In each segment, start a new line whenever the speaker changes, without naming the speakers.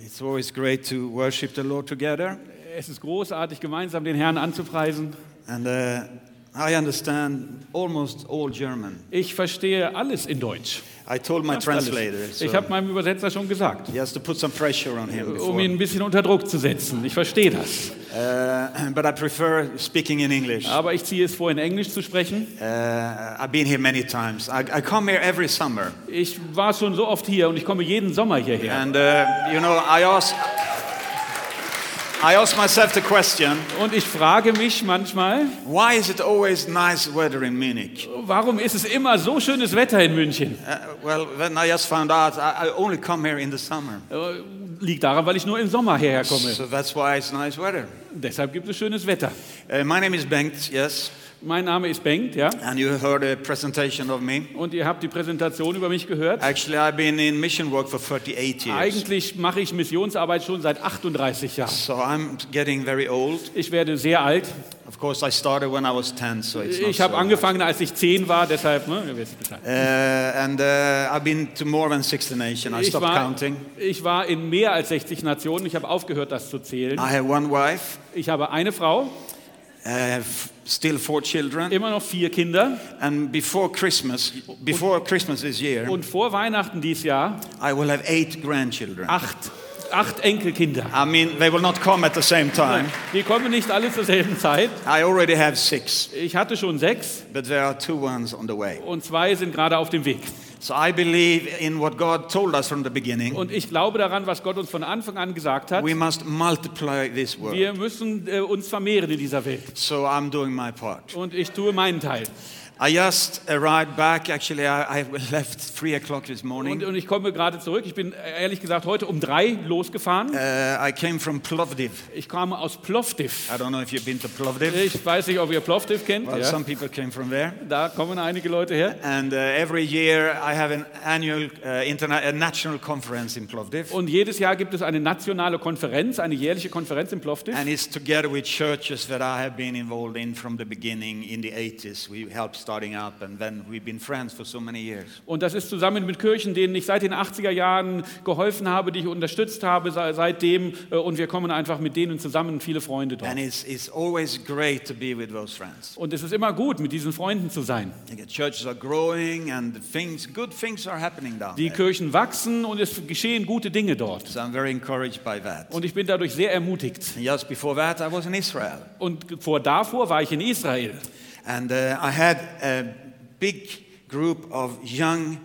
It's always great to worship the Lord together.
Es ist großartig, gemeinsam den Herrn anzupreisen.
And uh, I understand almost all German.
Ich verstehe alles in Deutsch.
I told my
Fast alles.
translator,
Ich
so
habe meinem Übersetzer schon gesagt,
he has to put some pressure on him
um
before.
ihn ein bisschen unter Druck zu setzen. Ich verstehe das.
Uh, but I prefer speaking in English. Uh,
Aber ich ziehe es vor, in Englisch zu sprechen.
I've been here many times. I, I come here every summer.
Ich war schon so oft hier und ich komme jeden Sommer hierher.
And, uh, you know, I ask, I ask myself the question
Und ich frage mich manchmal,
why is it always nice weather in Munich?
warum ist es immer so schönes Wetter in München?
Uh, well, then I just found out I, I only come here in the summer.
Äh, Liegt daran, weil ich nur im Sommer hierher komme.
So that's why it's nice weather.
Deshalb gibt es schönes Wetter.
Uh, my name is Bengt, yes,
Mein Name ist Bengt, ja.
and you heard a presentation of me.
Und ihr habt die Präsentation über mich gehört.
Actually, I've been in mission work for 38 years,
Eigentlich mache ich Missionsarbeit schon seit 38 Jahren.
so I'm getting very old.
Ich werde sehr alt.
Of course, I started when I was 10, so it's not
Ich
so
habe angefangen, als ich 10 war, deshalb, ne, ihr wisst Bescheid.
Uh, and uh, I've been to more than 60 nations. I
Ich
stopped
war,
counting.
ich war in mehr als 60 Nationen. Ich habe aufgehört, das zu zählen.
I have one wife,
Ich habe eine Frau,
I have still four children,
immer noch vier Kinder.
and before Christmas, before Christmas this year,
Und vor Weihnachten dieses Jahr
I will have eight grandchildren.
acht, acht Enkelkinder.
I mean, they will not come at the same time.
Die kommen nicht alle zur selben Zeit.
I already have six,
Ich hatte schon sechs
but there are two ones on the way.
und zwei sind gerade auf dem Weg.
So I believe in what God told us from the beginning.
Und ich glaube daran, was Gott uns von Anfang an gesagt hat.
We must multiply this work.
Wir müssen äh, uns vermehren in dieser Welt.
So I'm doing my part.
Und ich tue meinen Teil.
I just arrived back. Actually, I, I left three o'clock this
Und,
morning.
und ich komme gerade zurück. Ich bin äh, ehrlich gesagt heute um drei losgefahren.
Uh, I came from Plovdiv.
Ich kam aus Plovdiv.
I don't know if you've been to Plovdiv.
Ich weiß nicht, ob ihr Plovdiv kennt.
Well,
ja.
some people came from there.
Da kommen einige Leute her.
And uh, every year I have an annual uh, interna- uh, national conference in Plovdiv.
Und jedes Jahr gibt es eine nationale Konferenz, eine jährliche Konferenz in Plovdiv.
And it's together with churches that I have been involved in from the beginning in the 80s. We helped starting up, and then we've been friends for so many years.
Und das ist zusammen mit Kirchen, denen ich seit den 80er Jahren geholfen habe, die ich unterstützt habe se- seitdem. Äh, Und wir kommen einfach mit denen zusammen, viele Freunde
And
dort.
it's, it's always great to be with those friends.
Und es ist immer gut, mit diesen Freunden zu sein.
The churches are growing, and things, good things are happening down
Die
there.
Kirchen wachsen und es geschehen gute Dinge dort.
So I'm very encouraged by that.
Und ich bin dadurch sehr ermutigt.
And just before that, I was in Israel,
Und vor davor war ich in Israel.
and uh, I had a big group of young,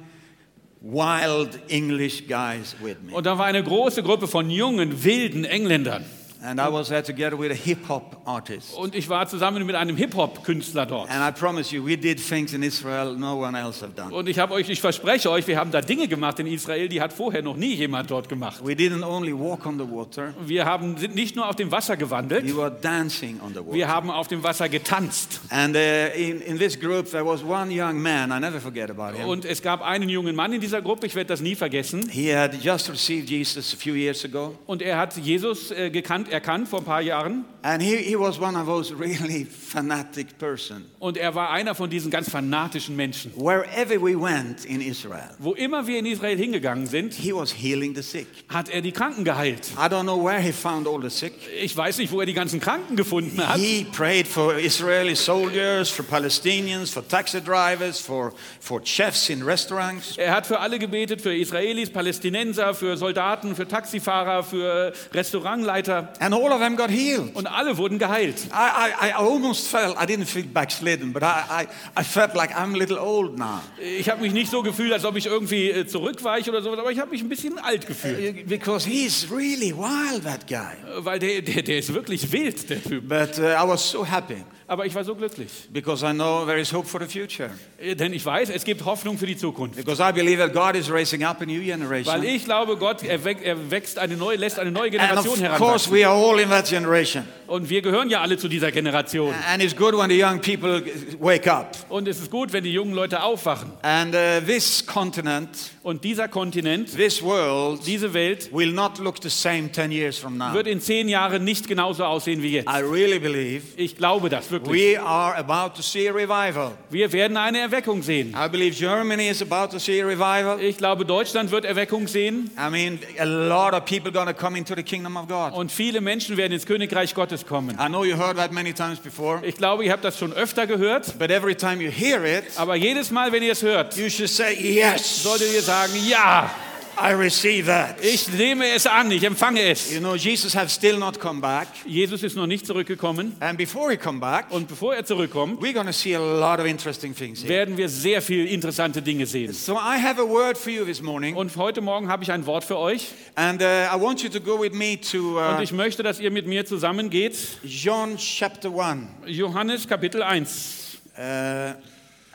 wild English guys with me.
Und da war eine große Gruppe von jungen, wilden Engländern.
And I was there together with a hip hop artist.
Und ich war zusammen mit einem Hip-Hop-Künstler dort.
And I promise you, we did things in Israel no one else have done.
Und ich habe euch, ich verspreche euch, wir haben da Dinge gemacht in Israel, die hat vorher noch nie jemand dort gemacht.
We didn't only walk on the water,
Wir haben, sind nicht nur auf dem Wasser
we
gewandelt,
were dancing on the water.
wir haben auf dem Wasser getanzt.
And uh, in, in this group, there was one young man, I never forget about him.
Und es gab einen jungen Mann in dieser Gruppe, ich werde das nie vergessen.
He had just received Jesus a few years ago.
Und er hat Jesus äh, gekannt, erkannt vor ein paar Jahren.
And he, he was one of those really fanatic person.
Und er war einer von diesen ganz fanatischen Menschen.
Wherever we went in Israel,
Wo immer wir in Israel hingegangen sind,
he was healing the sick.
hat er die Kranken geheilt.
I don't know where he found all the sick.
Ich weiß nicht, wo er die ganzen Kranken gefunden hat.
He prayed for Israeli soldiers, for Palestinians, for taxi drivers, for, for chefs in restaurants.
Er hat für alle gebetet, für Israelis, Palästinenser, für Soldaten, für Taxifahrer, für Restaurantleiter.
And all of them got healed.
Und alle wurden geheilt.
I, I, I almost felt, I didn't feel backslidden, but I, I, I felt like I'm a little old now.
Ich habe mich nicht so gefühlt, als ob ich irgendwie äh, zurückweiche oder sowas, aber ich habe mich ein bisschen alt
Äh,
gefühlt.
Because he's really wild, that guy.
Äh, Weil der, der, der ist wirklich wild, der Typ.
But uh, I was so happy
Aber ich war so glücklich.
because I know there is hope for the future.
Äh, Denn ich weiß, es gibt Hoffnung für die Zukunft.
Because I believe that God is raising up a new
Weil
generation.
ich glaube, Gott er wächst, er wächst eine neue, lässt eine neue
And
Generation
Äh, of course,
heran.
we are all in that generation.
Und wir gehören ja alle zu dieser Generation.
And it's good when the young people wake up.
Und es ist gut, wenn die jungen Leute aufwachen.
And uh, this continent
Und dieser Kontinent,
This world
diese Welt,
will not look the same 10 years from now.
wird in zehn Jahren nicht genauso aussehen wie jetzt.
I really believe
Ich glaube das wirklich.
we are about to see a revival.
Wir werden eine Erweckung sehen.
I believe Germany is about to see a revival.
Ich glaube, Deutschland wird Erweckung sehen
I mean, a lot of people going to come into the kingdom of God.
und viele Menschen werden ins Königreich Gottes kommen.
I know you heard that many times before,
Ich glaube, ihr habt das schon öfter gehört,
but every time you hear it,
aber jedes Mal, wenn ihr es hört,
you should say, Yes,
solltet ihr sagen, ja,
I receive that.
ich nehme es an, ich empfange es.
You know, Jesus has still not come back.
Jesus ist noch nicht zurückgekommen
And before he come back,
und bevor er zurückkommt,
we're going to see a lot of interesting things here.
werden wir sehr viel interessante Dinge sehen.
So I have a word for you this morning,
Und heute Morgen habe ich ein Wort für euch
and uh, I want you to go with me to
und
uh,
ich möchte, dass ihr mit mir zusammengeht.
John chapter 1.
Johannes Kapitel 1.
Uh,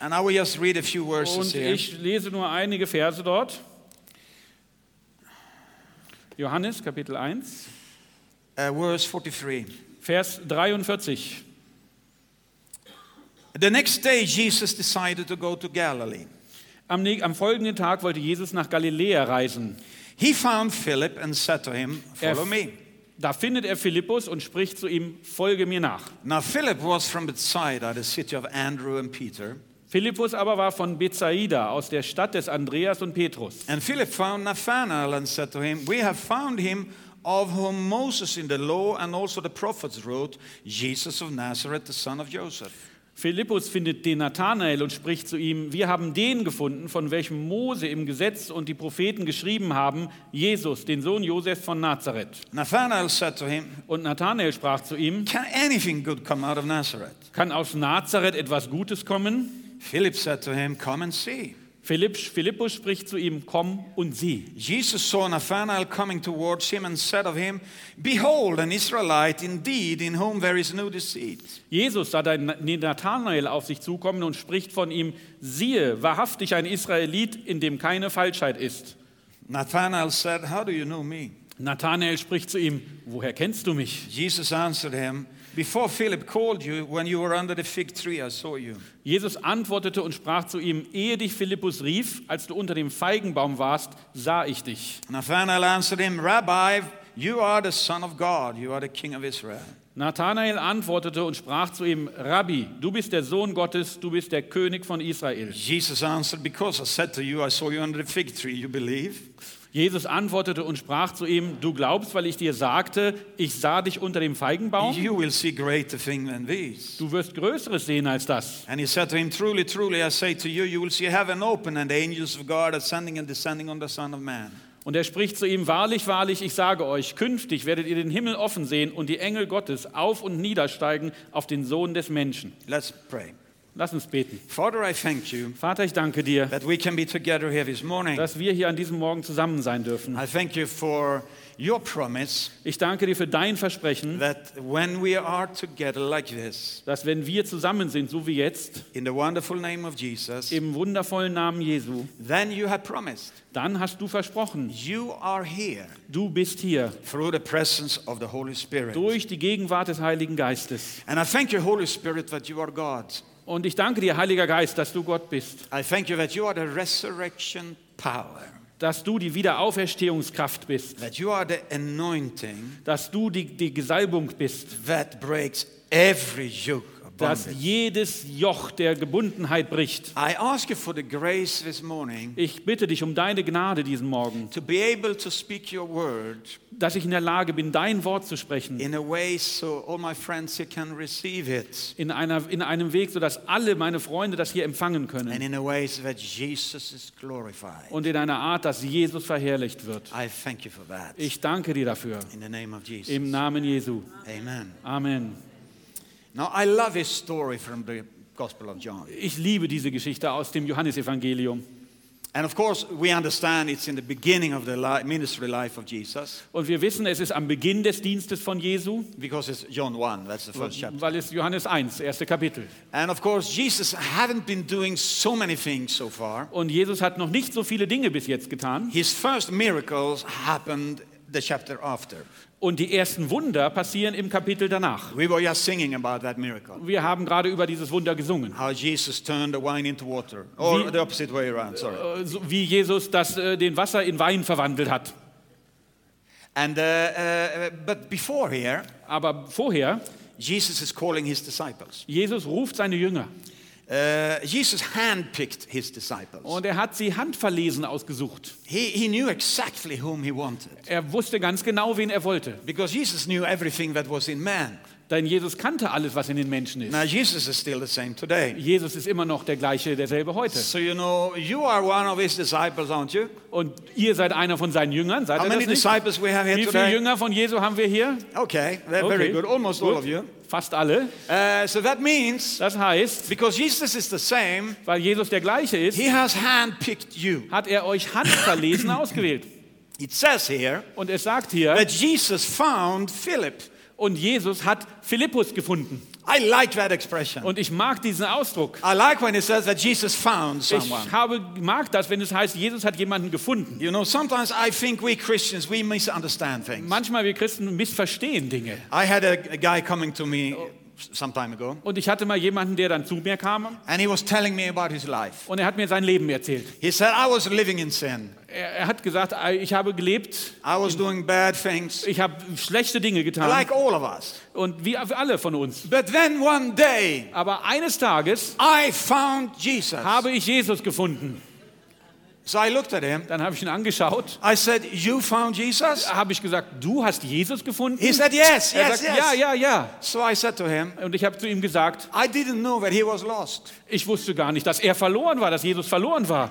and I will just read a few verses
Und
here.
ich lese nur einige Verse dort. Johannes Kapitel 1,
Uh, verse 43.
Vers 43.
The next day, Jesus decided to go to Galilee.
Am, nä- am folgenden Tag wollte Jesus nach Galiläa reisen.
He found Philip and said to him,
Er-
Follow me.
Da findet er Philippus und spricht zu ihm, folge mir nach.
Now, Philip was from Bethsaida, the city of Andrew and Peter.
Philippus aber war von Bethsaida, aus der Stadt des Andreas und Petrus.
And Philip found Nathanael and said to him, We have found him of whom Moses in the law and also the prophets wrote, Jesus of Nazareth, the son of Joseph.
Philippus findet den Nathanael und spricht zu ihm, wir haben den gefunden, von welchem Mose im Gesetz und die Propheten geschrieben haben, Jesus, den Sohn Josef von Nazareth.
Nathanael said to him,
Und Nathanael sprach zu ihm,
Can anything good come out of Nazareth?
Kann aus Nazareth etwas Gutes kommen?
Philip said to him, Come and see.
Philipp, Philippus spricht zu ihm, komm und sieh.
Jesus saw Nathanael coming towards him and said of him, Behold, an Israelite indeed, in whom there is no deceit.
Jesus sah den Nathanael auf sich zukommen und spricht von ihm, siehe, wahrhaftig ein Israelit, in dem keine Falschheit ist.
Nathanael said, How do you know me?
Nathanael spricht zu ihm, woher kennst du mich?
Jesus answered him, Before Philip called you, when you were under the fig tree, I saw you.
Jesus antwortete und sprach zu ihm, ehe dich Philippus rief, als du unter dem Feigenbaum warst, sah ich dich.
Nathanael answered him, Rabbi, you are the Son of God, you are the King of Israel.
Nathanael antwortete und sprach zu ihm, Rabbi, du bist der Sohn Gottes, du bist der König von Israel.
Jesus answered, Because I said to you, I saw you under the fig tree, you believe?
Jesus antwortete und sprach zu ihm, du glaubst, weil ich dir sagte, ich sah dich unter dem Feigenbaum,
You will see greater things than these.
du wirst Größeres sehen als das.
And he said to him, Truly, truly, I say to you, you will see heaven open and the angels of God ascending and descending on the Son of Man.
Und er spricht zu ihm, wahrlich, wahrlich, ich sage euch, künftig werdet ihr den Himmel offen sehen und die Engel Gottes auf und niedersteigen auf den Sohn des Menschen.
Let's pray.
Lass uns beten.
Father, I thank you
Vater, ich danke dir,
that we can be together here this morning.
dass wir hier an diesem Morgen zusammen sein dürfen.
I thank you for your promise
Ich danke dir für dein Versprechen,
that when we are together like this,
dass wenn wir zusammen sind, so wie jetzt,
in the wonderful name of Jesus,
im wundervollen Namen Jesu,
then you have promised
dann hast du versprochen,
you are here
du bist hier.
through the presence of the Holy Spirit.
durch die Gegenwart des Heiligen Geistes.
And I thank you, Holy Spirit, that you are God.
Und ich danke dir, Heiliger Geist, dass du Gott bist,
I thank you that you are the resurrection power,
dass du die Wiederauferstehungskraft bist,
that you are the anointing
dass du die, die Gesalbung bist,
that breaks every yoke of
dass
bondage.
jedes Joch der Gebundenheit bricht.
I ask you for the grace this morning
Ich bitte dich um deine Gnade diesen Morgen,
to be able to speak your word
dass ich in der Lage bin, dein Wort zu sprechen,
in a way so all my friends here can receive it,
in, einer, in einem Weg, sodass alle meine Freunde das hier empfangen
and
können
in a way so that Jesus is glorified.
und in einer Art, dass Jesus verherrlicht wird.
I thank you for that.
Ich danke dir dafür,
In the name of Jesus.
im Namen Jesu.
Amen.
Amen.
Now, I love this story from the Gospel of John.
Ich liebe diese Geschichte aus dem Johannesevangelium.
And of course, we understand it's in the beginning of the li- ministry life of Jesus
Und wir wissen, es ist am Beginn des Dienstes von Jesu,
because it's John 1, that's the first chapter.
weil es Johannes 1, erste Kapitel.
And of course, Jesus haven't been doing so many things so far.
Und Jesus hat noch nicht so viele Dinge bis jetzt getan.
His first miracles happened the chapter after.
Und die ersten Wunder passieren im Kapitel danach.
We were just singing about that miracle.
Wir haben gerade über dieses Wunder gesungen.
How Jesus turned the wine into water. Or
The-
the opposite way around, sorry.
Äh, so Wie Jesus das, äh, den Wasser in Wein verwandelt hat.
And, uh, uh, but before here,
Aber vorher,
Jesus is calling his disciples.
Jesus ruft seine Jünger.
Uh, Jesus handpicked his disciples.
Und er hat sie handverlesen ausgesucht.
He, he knew exactly whom he wanted.
Er wusste ganz genau, wen er wollte.
Because Jesus knew everything that was in man.
Denn Jesus kannte alles, was in den Menschen ist.
Now, Jesus is still the same today.
Jesus ist immer noch der gleiche, derselbe heute.
So, you know, you are one of his disciples, aren't you?
Und ihr seid einer von seinen Jüngern, seid
How
ihr
many
das nicht?
disciples we have here
Wie viele
today?
Jünger von Jesu haben wir hier?
Okay, they're very
Okay.
good. Almost all
Gut.
of you.
Fast alle.
Uh, so that means,
Das heißt,
because Jesus is the same,
weil Jesus der gleiche ist,
he has handpicked you.
hat er euch handverlesen ausgewählt.
It says here
Und es sagt hier,
that Jesus found Philip.
und Jesus hat Philippus gefunden.
I like that expression.
Und ich mag diesen Ausdruck.
I like when it says that Jesus found
Ich
someone.
habe, mag das, wenn es heißt, Jesus hat jemanden gefunden.
You know, sometimes I think we Christians, we misunderstand things.
Manchmal wir Christen missverstehen Dinge.
I had a, a guy coming to me s- some time ago,
Und ich hatte mal jemanden, der dann zu mir kam
and he was telling me about his life.
und er hat mir sein Leben erzählt.
He said, I was living in sin.
Er, er hat gesagt, ich habe gelebt,
I was doing bad things,
ich habe schlechte Dinge getan.
like all of us.
Und wie alle von uns.
But then one day,
Aber eines Tages
I found Jesus.
habe ich Jesus gefunden.
So I looked at him.
Dann habe ich ihn angeschaut.
I said, You found Jesus?
Da habe ich gesagt, du hast Jesus gefunden?
He said, Yes,
er
yes,
sagt, ja,
yes.
ja, ja.
So I said to him,
Und ich habe zu ihm gesagt,
I didn't know that he was lost.
ich wusste gar nicht, dass er verloren war, dass Jesus verloren war.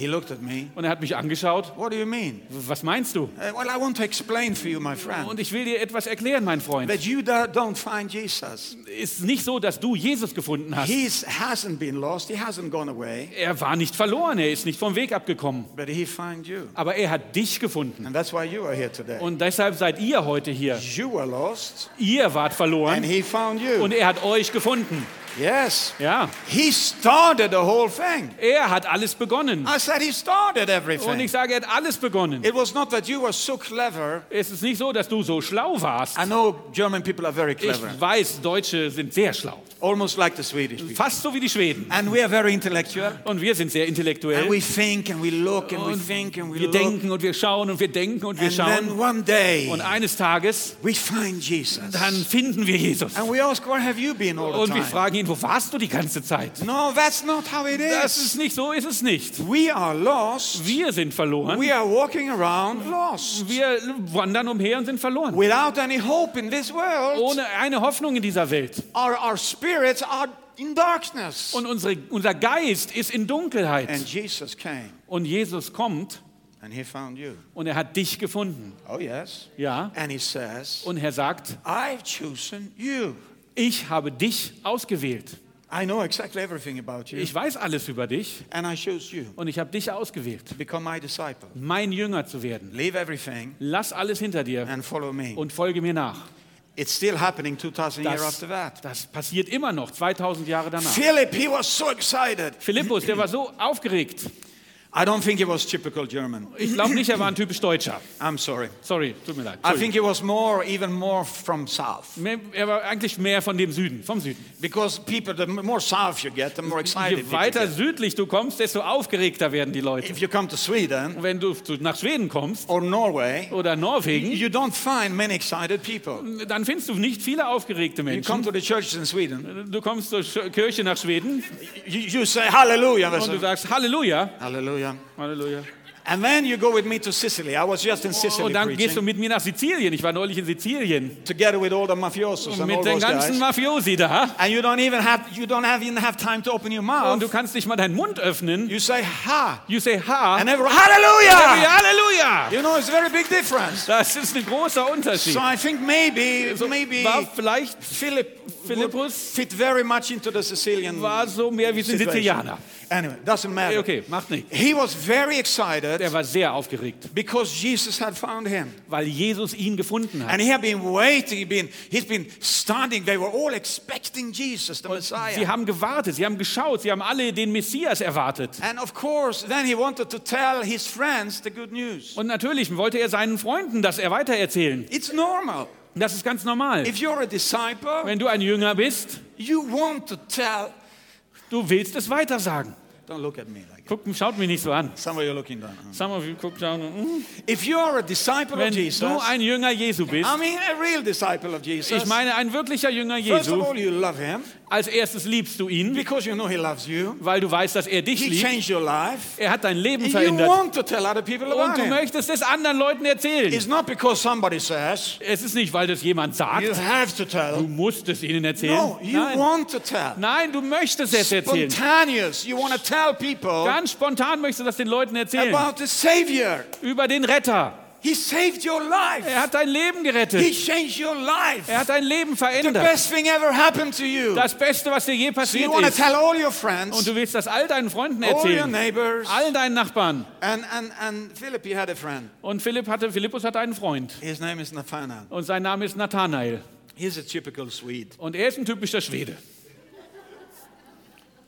He looked at me.
Und er hat mich angeschaut.
What do you mean?
Was meinst du?
Uh, well, I want to explain for you, my friend,
Und ich will dir etwas erklären, mein Freund.
that you da- don't find Jesus.
Es ist nicht so, dass du Jesus gefunden hast.
He hasn't been lost, he hasn't gone away,
Er war nicht verloren, er ist nicht vom Weg abgekommen.
but he found you.
Aber er hat dich gefunden.
And that's why you are here today.
Und deshalb seid ihr heute hier.
You were lost,
Ihr wart
and
verloren
he found you.
und er hat euch gefunden.
Yes.
Ja.
He started the whole thing.
Er hat alles begonnen.
I said, He started
Und ich
everything.
sage, er hat alles begonnen.
It was not that you were so clever.
Es ist nicht so, dass du so schlau warst.
I know German people are very
Ich
clever,
weiß, Deutsche sind sehr schlau.
almost like the Swedish people.
Fast so wie die Schweden.
And we are very intellectual.
Und wir sind sehr
And
intellektuell.
we think and we look and we think and we
Wir
look.
denken und wir schauen und wir denken und wir
And
schauen.
then one day
Und eines Tages,
we find Jesus.
dann finden wir Jesus.
And we ask, Where have you been all
Und
the
wir
time?
fragen ihn, wo warst du die ganze Zeit?
No, that's not how it
Das
is.
ist nicht so, ist es nicht.
We are lost.
Wir sind verloren.
We are walking around lost
Wir wandern umher und sind verloren.
without any hope in this world.
Ohne eine Hoffnung in dieser Welt.
Our, our spirits are in darkness.
Und unsere, unser Geist ist in Dunkelheit.
And Jesus came
Und Jesus kommt
and he found you.
und er hat dich gefunden.
Oh, yes.
Ja.
And he says,
Und er sagt,
I've chosen you.
ich habe dich ausgewählt.
I know exactly everything about you.
Ich weiß alles über dich
And I chose you.
und ich habe dich ausgewählt,
Become my disciple.
mein Jünger zu werden.
Leave everything
Lass alles hinter dir
and follow me.
und folge mir nach.
It's still happening 2,000 years
Das,
after that.
das passiert immer noch, 2000 Jahre danach.
Philip, he was so excited.
Philippus, der war so aufgeregt.
I don't think he was typical German.
Ich glaube nicht, er war ein typisch Deutscher.
I'm sorry.
Sorry, tut mir leid.
I think he was more, even more from south.
Mehr, er war eigentlich mehr von dem Süden, vom Süden.
Because people, the more south you get, the more excited
Je
people
weiter
get.
südlich du kommst, desto aufgeregter werden die Leute.
If you come to Sweden
Und wenn du zu- nach Schweden kommst
or Norway,
oder Norwegen,
you don't find many excited people.
dann findest du nicht viele aufgeregte
You
Menschen.
come to the churches in Sweden,
Du kommst zur Sch- Kirche nach Schweden
you, you say hallelujah. they
und du
say,
sagst Halleluja.
Hallelujah.
Halleluja.
And then you go with me to Sicily. I was just in Sicily
Und Oh, dann gehst du
preaching,
mit mir nach Sizilien. Ich war neulich in Sizilien
together with all the mafiosos and all
mit den
those
ganzen
guys.
Mafiosi da.
And you don't even have you don't have even have time to open your
Und
mouth.
Oh, du kannst nicht mal deinen Mund öffnen.
You say ha,
You say Ha.
and everyone hallelujah.
Halleluja.
You know, it's a very big difference.
Das ist ein großer Unterschied.
So I think maybe maybe
War vielleicht
Philip
Philippus
fit very much into the Sicilian
war so mehr wie so ein
situation.
Sizilianer.
Anyway, doesn't matter.
Okay, macht nichts.
He was very excited
Er war sehr aufgeregt,
because Jesus had found him.
weil Jesus ihn gefunden hat.
And he had been waiting, he'd been, he's been studying. They were all expecting Jesus, the Messiah.
Sie haben gewartet, sie haben geschaut, sie haben alle den Messias erwartet.
And of course, then he wanted to tell his friends the good news.
Und natürlich wollte er seinen Freunden das er weitererzählen.
It's normal.
Das ist ganz normal.
If you're a disciple,
Wenn du ein Jünger bist,
you want to tell.
du willst es weitersagen.
Don't look at me like that.
Guckt, schaut mich nicht so an.
Some of you are looking down.
Some of you guckt down. mm.
If you're a disciple of
Wenn
Jesus,
du ein Jünger Jesu bist,
I mean a real disciple of Jesus.
ich meine ein wirklicher Jünger
First of
Jesu,
all, you love him
als erstes liebst du ihn,
because you know he loves you.
weil du weißt, dass er dich
He
liebt.
changed your life.
Er hat dein Leben
You
verändert.
want to tell other people
Und
about
du
him.
möchtest es anderen Leuten erzählen.
It's not because somebody says
Es ist nicht, weil das jemand
you
sagt.
have to
Du
tell.
musst es ihnen erzählen.
No, you
Nein.
want to tell.
Nein, du möchtest es erzählen.
Spontaneous. You want to tell people
Ganz spontan möchtest du das den Leuten erzählen.
about the Savior.
Über den Retter.
He saved your life.
Er hat dein
He
Leben gerettet.
changed your life.
Er hat dein Leben
The
verändert.
best thing ever happened to you.
Das Beste, was dir je
So you
passiert
want to
ist.
tell Oh, all your
Und
friends,
du willst das all deinen Freunden
all your
erzählen.
neighbors,
All deinen Nachbarn.
and and and Philip. He had a friend.
Und Philipp hatte, Philippus hatte einen Freund.
His name is Nathanael.
Und sein Name ist Nathanael.
He's a typical Swede
Und er ist ein typischer Schwede.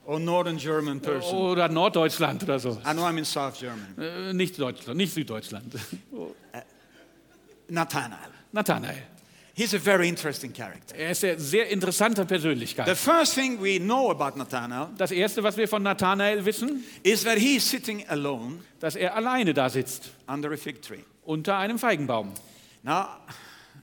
or northern German person.
Oder Norddeutschland oder so.
I know I'm in South Germany.
Äh, Nicht Deutschland, nicht Süddeutschland.
Nathanael.
Nathanael.
He's a very interesting character.
Er ist eine sehr interessante
The
Persönlichkeit.
first thing we know about Nathanael
Das Erste, was wir von Nathanael wissen,
is that he is sitting alone
dass er alleine da sitzt,
under a fig tree.
unter einem Feigenbaum.
Now,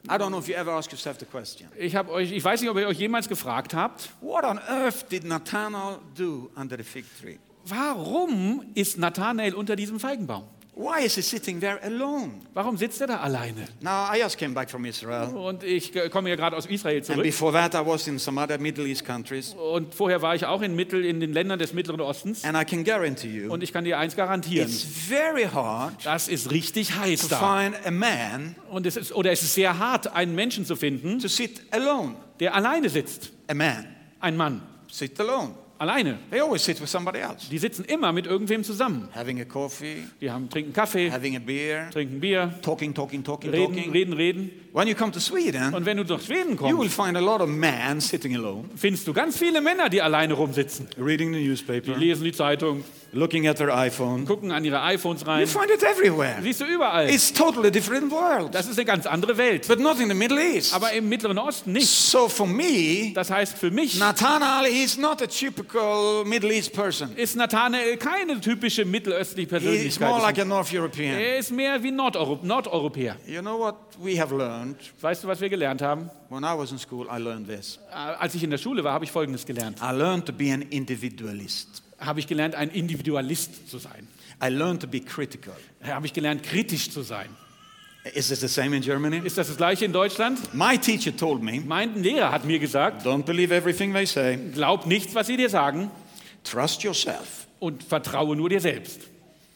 I don't know if you ever ask yourself the question
Ich, hab euch, ich weiß nicht, ob ihr euch jemals gefragt habt,
what on earth did Nathanael do under the fig tree?
warum ist Nathanael unter diesem Feigenbaum?
Why is he sitting there alone?
Warum sitzt er da alleine?
Now, I just came back from Israel.
Und ich äh, komme ja gerade aus Israel
And
zurück.
before that, I was in some other Middle East countries.
Und vorher war ich auch in, Mittel, in den Ländern des Mittleren Ostens.
And I can guarantee you,
Und ich kann dir eins garantieren.
it's very hard
Das ist richtig heiß
to
da.
find a man
Und es ist, oder es ist sehr hart, einen Menschen zu finden,
to sit alone.
der alleine sitzt.
A man
Ein Mann.
sit alone.
Alleine.
They always sit with somebody else,
Die sitzen immer mit irgendwem zusammen.
having a coffee,
Die haben, trinken Kaffee,
having a beer,
trinken Bier,
talking, talking, talking,
reden,
talking.
reden, reden.
When you come to Sweden,
Und wenn du nach Schweden
you will
kommst,
find a lot of men sitting alone,
findest du ganz viele Männer, die alleine rumsitzen.
reading the
Die
newspaper,
lesen die Zeitung,
looking at their iPhone.
gucken an ihre iPhones
You
rein.
find it everywhere.
Siehst du überall.
It's totally different world,
Das ist eine ganz andere Welt.
but not in the Middle East.
Aber im Mittleren Osten nicht.
So for me,
Das heißt, für mich
Nathanael is not a typical Middle East person.
ist Nathanael keine typische mittelöstliche
He's more
Persönlichkeit.
like a North European.
Er ist mehr wie Nordeuropa, Nordeuropäer.
You know what we have learned?
Weißt du, was wir gelernt haben?
When I was in school, I learned this.
Äh, Als ich in der Schule war, habe ich Folgendes gelernt.
I learned to be an individualist.
Habe ich gelernt, ein Individualist zu sein.
I learned to be critical.
Habe ich gelernt, kritisch zu sein.
Is this the same in Germany?
Ist das das Gleiche in Deutschland?
My teacher told me
Mein Lehrer hat mir gesagt,
don't believe everything they say,
glaub nichts, was sie dir sagen
trust yourself.
und vertraue nur dir selbst.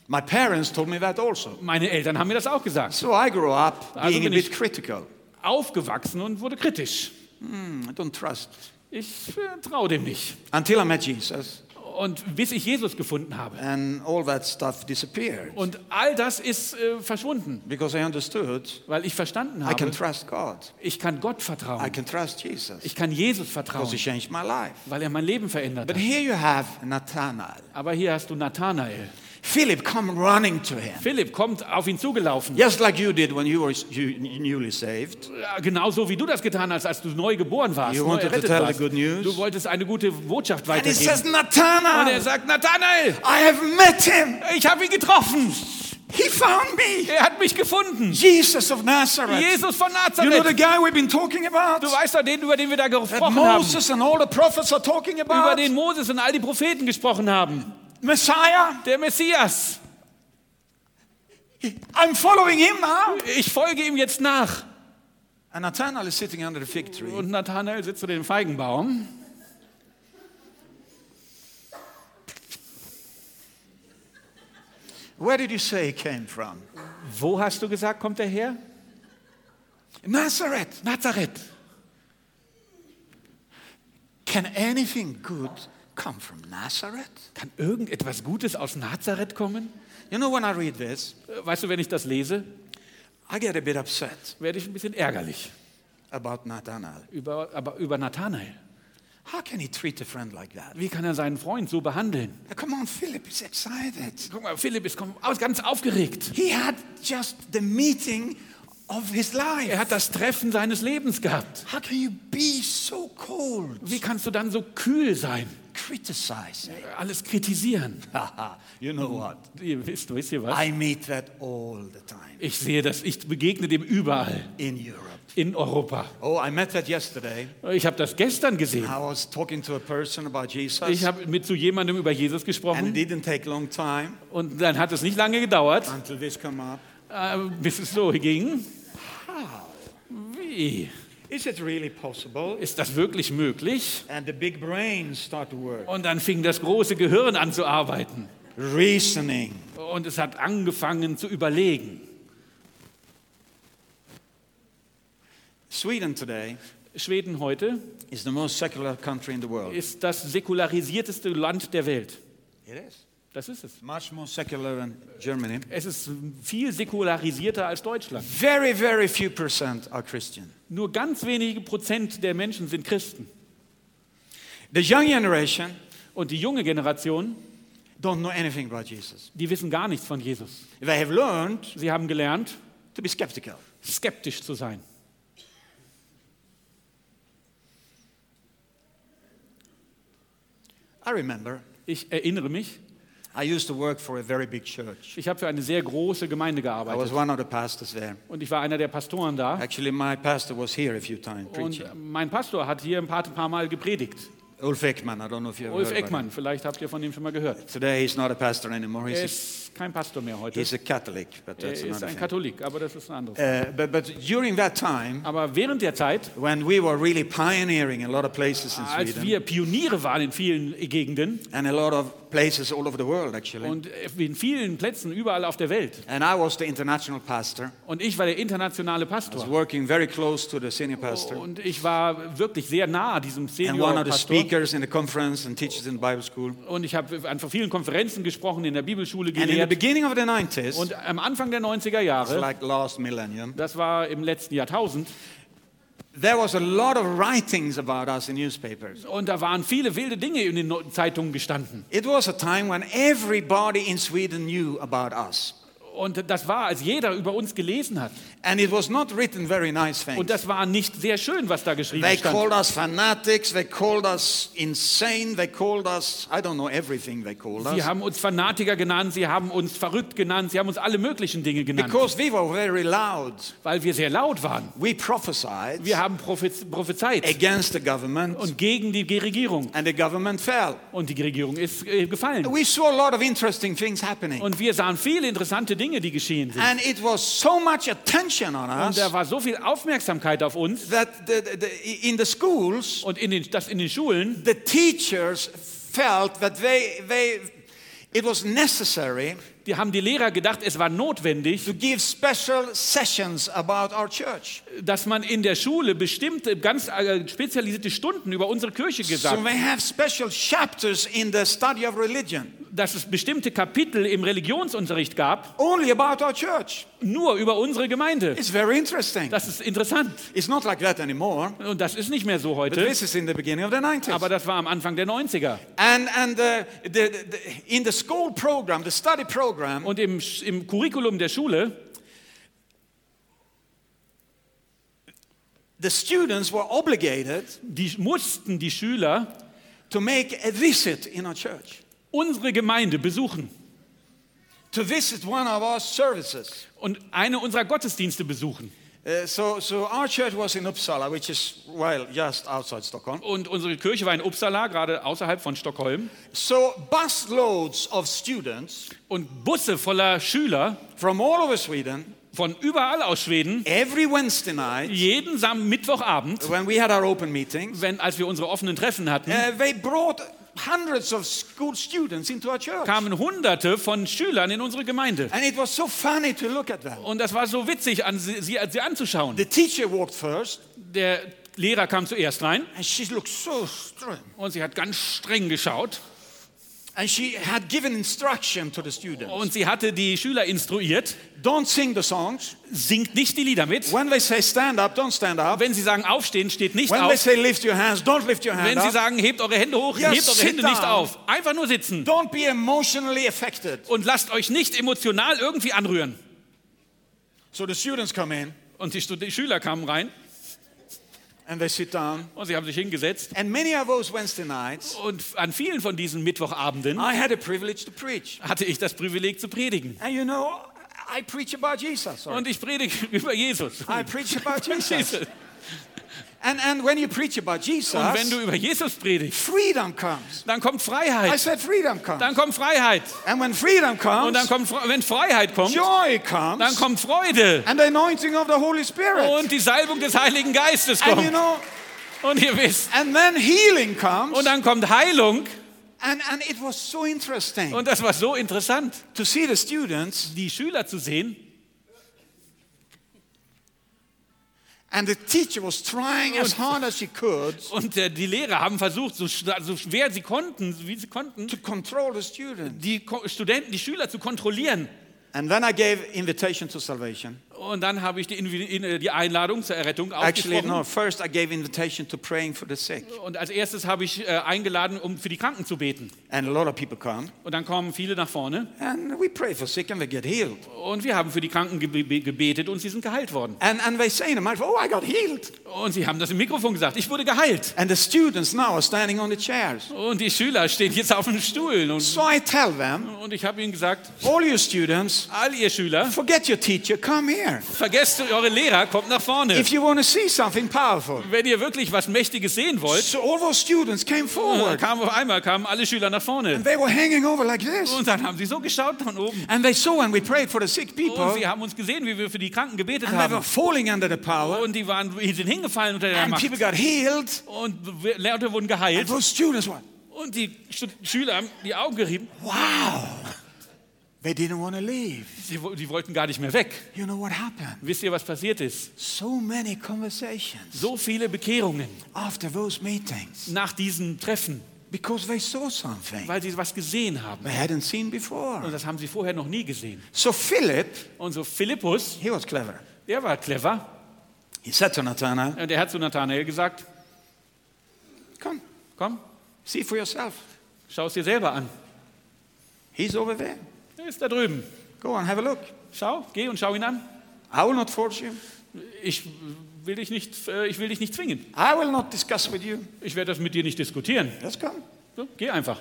My parents told me that also.
Meine Eltern haben mir das auch gesagt.
So I grew up
Also
being a
bin ich-
bit critical.
Aufgewachsen und wurde kritisch.
Hmm, I don't trust.
Ich äh, traue dem nicht.
Until I met Jesus,
Und bis ich Jesus gefunden habe.
and all that stuff disappeared
Und all das ist äh, verschwunden,
because I understood
weil ich verstanden
I can
habe,
trust God.
ich kann Gott
I
vertrauen.
can trust Jesus
Ich kann Jesus
because
vertrauen,
He changed my life.
weil er mein Leben verändert
But
hat.
here you have Nathanael.
Aber hier hast du Nathanael.
Philip come running to him.
Philipp kommt auf ihn zugelaufen.
Just like you did when you were you, newly saved.
Ja, genauso wie du das getan hast, als du neu geboren warst.
You
neu
wanted to
errettet
tell the
warst.
good news?
Du wolltest eine gute Botschaft
And he
weitergeben.
says,
Und er
Nathanael,
sagt, Nathanael,
I have met him.
ich habe ihn getroffen.
He found me.
Er hat mich gefunden.
Jesus of Nazareth.
Jesus von
You know the
Nazareth.
guy we've been talking about?
Du weißt doch, den, über den wir da
That
gesprochen haben.
Moses and all the prophets are talking
Über
about?
den Moses und all die Propheten gesprochen haben.
Messiah?
Der Messias.
I'm following him now.
Ich folge ihm jetzt nach.
And Nathanael is sitting under the fig tree,
Und Nathanael sitzt unter dem Feigenbaum.
Where did you say he came from?
Wo hast du gesagt, kommt er her?
Nazareth.
Nazareth.
Can anything good come from Nazareth?
Kann irgendetwas Gutes aus Nazareth kommen?
You know, when I read this,
Äh, Weißt du, wenn ich das lese,
I get a bit upset
werde ich ein bisschen ärgerlich
about Nathanael.
über, aber über Nathanael.
How can he treat a friend like that?
Wie kann er seinen Freund so behandeln?
Come on, Philip is excited.
Guck mal, Philipp ist kom- aus- ganz aufgeregt.
He had just the meeting of his life.
Er hat das Treffen seines Lebens gehabt.
How can you be so cold?
Wie kannst du dann so kühl sein?
Criticizing.
Alles kritisieren.
you know what?
Ihr wisst, wisst ihr was?
I meet that all the time
Ich sehe das, ich begegne dem überall
in Europe.
in Europa.
Oh, I met that yesterday.
Ich habe das gestern gesehen.
I was talking to a person about
Ich
Jesus,
habe mit zu jemandem über
and
Jesus
it
gesprochen
didn't take long time
und dann hat es nicht lange gedauert,
until this come up.
äh, bis es so ging. Wie?
Is it really possible?
Ist das wirklich möglich?
And the big brains start to work.
Und dann fing das große Gehirn an zu arbeiten
Reasoning.
und es hat angefangen zu überlegen.
Sweden today
Schweden heute
is the most secular country in the world.
ist das säkularisierteste Land der Welt.
It is.
Das ist es.
Much more secular than Germany.
Es ist viel säkularisierter als Deutschland.
Very, very few percent are Christian.
Nur ganz wenige Prozent der Menschen sind Christen.
The young generation
Und die junge Generation,
don't know anything about Jesus.
die wissen gar nichts von Jesus.
They have learned
Sie haben gelernt,
to be skeptical.
skeptisch zu sein.
I remember
Ich erinnere mich,
I used to work for a very big church.
ich habe für eine sehr große Gemeinde
I was
gearbeitet
one of the pastors there.
und ich war einer der Pastoren da.
Actually, my pastor was here a few times preaching.
Und mein Pastor hat hier ein paar, paar Mal gepredigt.
Ulf Ekman, I don't know if you ever
Ulf
heard about him.
Eckmann, vielleicht habt ihr von ihm schon mal gehört.
Today he's not a pastor anymore.
Er
He's,
ist kein Pastor mehr
a,
heute.
he's a Catholic, but
Er
that's
ist
another
ein
thing.
Katholik, aber das ist ein anderes.
Uh, but, but during that time,
Aber während der Zeit,
when we were really pioneering a lot of places in
als
Sweden
wir Pioniere waren in vielen Gegenden
and a lot of places all over the world, actually,
und in vielen Plätzen überall auf der Welt,
and I was the international pastor,
und ich war der internationale
I was
Pastor.
working very close to the senior pastor
Und ich war wirklich sehr nah diesem
and one of the
Senior-Pastor.
speakers in the conference and teachers in Bible school.
Und ich habe an vielen Konferenzen gesprochen, in der Bibelschule
And in the
gelehrt.
beginning of the 90s,
Und am Anfang der 90er
it's
Jahre,
like last millennium,
das war im letzten Jahrtausend,
there was a lot of writings about us in newspapers.
und da waren viele wilde Dinge in den No- Zeitungen gestanden.
It was a time when everybody in Sweden knew about us.
Und das war, als jeder über uns gelesen hat.
And it was not written very nice things.
Und das war nicht sehr schön, was da geschrieben
They
stand.
called us fanatics, they called us insane, they called us, I don't know everything they called
Sie
us.
haben uns Fanatiker genannt, sie haben uns verrückt genannt, sie haben uns alle möglichen Dinge genannt,
Because we were very loud.
weil wir sehr laut waren.
We prophesied
Wir haben prophez prophezeit
against the government,
und gegen die Regierung.
and the government fell.
Und die Regierung ist äh, gefallen.
We saw a lot of interesting things happening.
Und wir sahen viele interessante Dinge, die geschehen sind.
And it was so much attention on
Und
us
da war so viel Aufmerksamkeit auf uns
that the, the, the, in the schools,
und in den, das in den Schulen,
the teachers felt that they, they, it was necessary
die haben die Lehrer gedacht, es war notwendig,
to give special sessions about our church.
dass man in der Schule bestimmte, ganz äh, spezialisierte Stunden über unsere Kirche
So
gesagt,
they have special chapters in the study of religion,
dass es bestimmte Kapitel im Religionsunterricht gab,
only about our church.
nur über unsere Gemeinde.
It's very interesting.
Das ist interessant.
It's not like that anymore.
Und das ist nicht mehr so
But
heute,
this is in the beginning of the 90s.
aber das war am Anfang der 90er.
and and uh, the, the, the, in the school program, the study program,
Und im, Sch- im Curriculum der Schule
the students were obligated
die, mussten die Schüler
to make a visit in our church,
unsere Gemeinde besuchen
to visit one of our services.
und eine unserer Gottesdienste besuchen.
Uh, so, so our church was in Uppsala, which is, well, just outside Stockholm.
Und unsere Kirche war in Uppsala, gerade außerhalb von Stockholm.
So busloads of students
Und Busse voller Schüler
from all over Sweden,
von überall aus Schweden,
every Wednesday night,
jeden Sam Mittwochabend,
when we had our open meetings,
wenn, als wir unsere offenen Treffen hatten,
uh, they brought hundreds of school students into our church.
kamen Hunderte von Schülern in unsere Gemeinde.
And it was so funny to look at them.
Und das war so witzig, an sie, sie, sie anzuschauen.
The teacher walked first,
Der Lehrer kam zuerst rein
And she looked so strong.
und sie hat ganz streng geschaut
And she had given instruction to the students.
und sie hatte die Schüler instruiert,
Don't sing the songs.
singt nicht die Lieder mit.
When they say stand up, don't stand up.
Wenn sie sagen aufstehen, steht nicht
When they
auf.
say lift your hands, don't lift your hand
Wenn sie
up.
sagen hebt eure Hände hoch,
Ja,
hebt eure
sit
Hände nicht
down.
auf. Einfach nur sitzen
Don't be emotionally affected.
und lasst euch nicht emotional irgendwie anrühren.
So the students come in
Und die, Stud- die Schüler kamen rein
and they sit down.
und sie haben sich hingesetzt.
And many of those Wednesday nights,
Und an vielen von diesen Mittwochabenden
I had a privilege to preach.
hatte ich das Privileg zu predigen.
And you know, I preach about Jesus. sorry.
Und ich predige über Jesus.
I preach about Jesus.
Jesus.
And, and when you preach about
Und wenn du
Jesus,
über Jesus predigst,
freedom comes.
dann kommt
I
Freiheit.
said freedom comes.
Dann kommt Freiheit.
And when freedom
Und dann
comes,
kommt, Fre- wenn Freiheit kommt,
joy
dann
comes,
kommt Freude.
and the anointing of the Holy Spirit.
Und die Salbung des Heiligen Geistes
And you
kommt.
know,
Und ihr wisst.
and then healing comes.
Und dann kommt Heilung.
And, and it was so interesting
Und das war so interessant,
to see the students
die Schüler zu sehen.
and the teacher was trying as hard as she could
Und äh, die Lehrer haben versucht, so, schna- so schwer sie konnten, so wie sie konnten,
to control the students.
die Ko Studenten, die Schüler zu kontrollieren.
And then I gave invitation to salvation.
Und dann habe ich die, Invi- in, äh, die Einladung zur Errettung
Actually, no.
ausgesprochen.
First, I gave invitation to praying for the sick,
Und als erstes habe ich äh, eingeladen, um für die Kranken zu beten.
and a lot of people come,
Und dann kommen viele nach vorne.
and we pray for sick, and they get healed.
Und wir haben für die Kranken gebe- gebetet und sie sind geheilt worden.
And and they say in the microphone, "Oh, I got healed."
Und sie haben das im Mikrofon gesagt, ich wurde geheilt.
And the students now are standing on the chairs.
Und die Schüler stehen jetzt auf den Stühlen. Und,
So I tell them,
und ich habe ihnen gesagt,
all you students,
all ihr Schüler,
forget your teacher, come here.
vergesst eure Lehrer, kommt nach vorne.
If you want to see something powerful.
Wenn ihr wirklich was Mächtiges sehen wollt,
So all those students came
äh,
forward.
kamen auf einmal kamen alle Schüler nach vorne.
And they were hanging over like this.
Und dann haben sie so geschaut von oben.
And they saw when we prayed for the sick
Und
people,
sie haben uns gesehen, wie wir für die Kranken gebetet
and they were
haben.
falling under the power,
Und die waren, die sind hingefallen unter der
and
Macht.
people got healed.
Und wir- Leute wurden
And
geheilt.
those students were,
Und die Stu- Schüler haben die Augen gerieben.
wow. They didn't want to leave.
Sie, wo- die wollten gar nicht mehr weg.
You know what happened?
Wisst ihr, was passiert ist?
So many conversations
So viele Bekehrungen
after those meetings
nach diesem Treffen,
because they saw something
weil sie was gesehen haben.
they hadn't seen
Und
before.
das haben sie vorher noch nie gesehen.
So Philip,
Und so Philippus,
he was clever.
der war clever.
He said to Nathanael,
Und Der hat zu Nathanael gesagt,
Come,
komm,
see for yourself.
schau es dir selber an.
He's over there.
Er ist da drüben.
Go on, have a look.
Schau, geh und schau ihn an.
I will not force you.
Ich will dich nicht, äh, ich will dich nicht zwingen.
I will not discuss with you.
Ich werde das mit dir nicht diskutieren.
Just come.
So, geh einfach.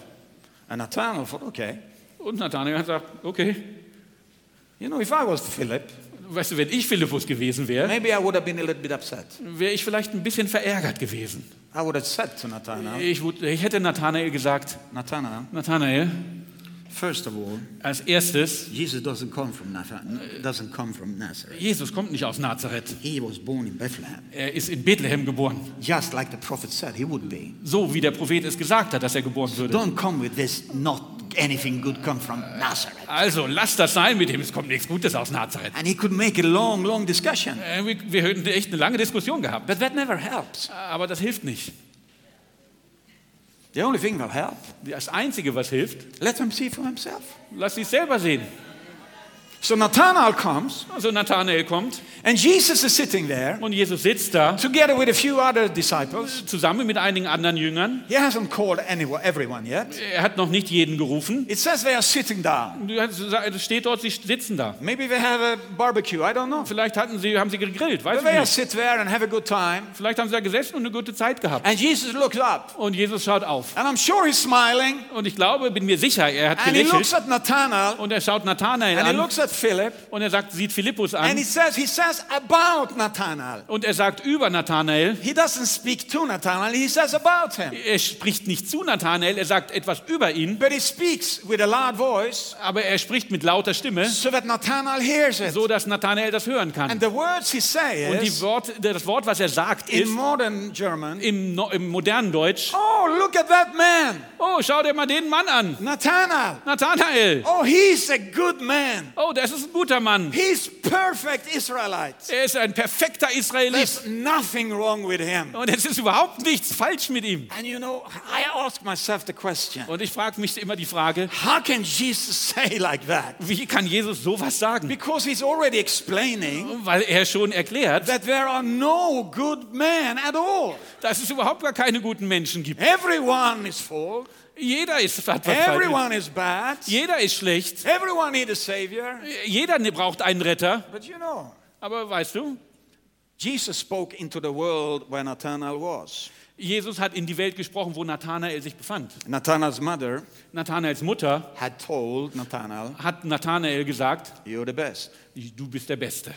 And Nathanael thought, okay.
Und Nathanael hat gesagt, okay.
You know, if I was Philip,
Weißt du, wenn ich Philippus gewesen wäre,
maybe I would have been a little bit upset.
wäre ich vielleicht ein bisschen verärgert gewesen.
I would have said to Nathanael,
Ich, wut- ich hätte Nathanael gesagt,
Nathanael,
Nathanael,
first of all,
als erstes,
Jesus doesn't come from Nazareth. Doesn't come from Nazareth.
Jesus kommt nicht aus Nazareth.
He was born in Bethlehem,
Er ist in Bethlehem geboren.
just like the prophet said he would be.
So wie der Prophet es gesagt hat, dass er geboren würde.
Don't come with this. Not anything good come from Nazareth.
Also lass das sein mit dem, es kommt nichts Gutes aus Nazareth.
And he could make a long, long discussion,
Äh, Wir wir hätten echt eine lange Diskussion gehabt.
but that never helps.
Aber das hilft nicht.
The only thing that'll help,
Das Einzige, was hilft,
let him see for himself.
lass sie selber sehen.
So Nathanael comes,
Also Nathanael kommt
and Jesus is sitting there
und Jesus sitzt da
together with a few other disciples.
zusammen mit einigen anderen Jüngern.
He hasn't called anyone, everyone yet.
Er hat noch nicht jeden gerufen.
It says they are sitting down.
Es steht dort, sie sitzen da.
Maybe they have a barbecue, I don't know.
Vielleicht hatten sie, haben sie gegrillt, weiß
But
ich
they
nicht.
sit there and have a good time.
Vielleicht haben sie da gesessen und eine gute Zeit gehabt.
And Jesus looks up,
Und Jesus schaut auf.
and I'm sure he's smiling.
Und ich glaube, bin mir sicher, er hat
And he looks
gelächelt.
at Nathanael,
Und er schaut Nathanael
and he
an
looks at Philip,
und er sagt, sieht Philippus
and
an.
he says, he says about Nathanael.
Und er sagt über Nathanael,
He doesn't speak to Nathanael, he says about him.
er spricht nicht zu Nathanael, er sagt etwas über ihn,
But he speaks with a loud voice
aber er spricht mit lauter Stimme,
so that Nathanael hears it.
so dass Nathanael das hören kann.
And the words he
Und die
says
Wort, das Wort, was er sagt,
in
ist
modern German,
im, no- im modernen Deutsch,
oh, Oh, look at that man,
Oh, schau dir mal den Mann an.
Nathanael.
Nathanael.
Oh, he's a good man.
Oh, das ist ein guter Mann.
He's perfect Israelite.
Er ist ein perfekter Israelit.
There's nothing wrong with him.
Und es ist überhaupt nichts falsch mit ihm.
And you know, I ask myself the question
Und ich frage mich immer die Frage,
how can Jesus say like that?
wie kann Jesus sowas sagen?
Because he's already explaining
Weil er schon erklärt,
that there are no good men at all.
dass es überhaupt gar keine guten Menschen gibt.
Everyone is full,
Jeder ist hat was falsch. mit-
everyone is bad,
Jeder ist schlecht.
everyone needs a savior.
Jeder ne, braucht einen Retter.
But you know,
Aber weißt du,
Jesus spoke into the world where Nathanael was.
Jesus hat in die Welt gesprochen, wo Nathanael sich befand.
Nathanael's mother
Nathanaels Mutter
had told Nathanael,
hat Nathanael gesagt,
You're the best.
du bist der Beste.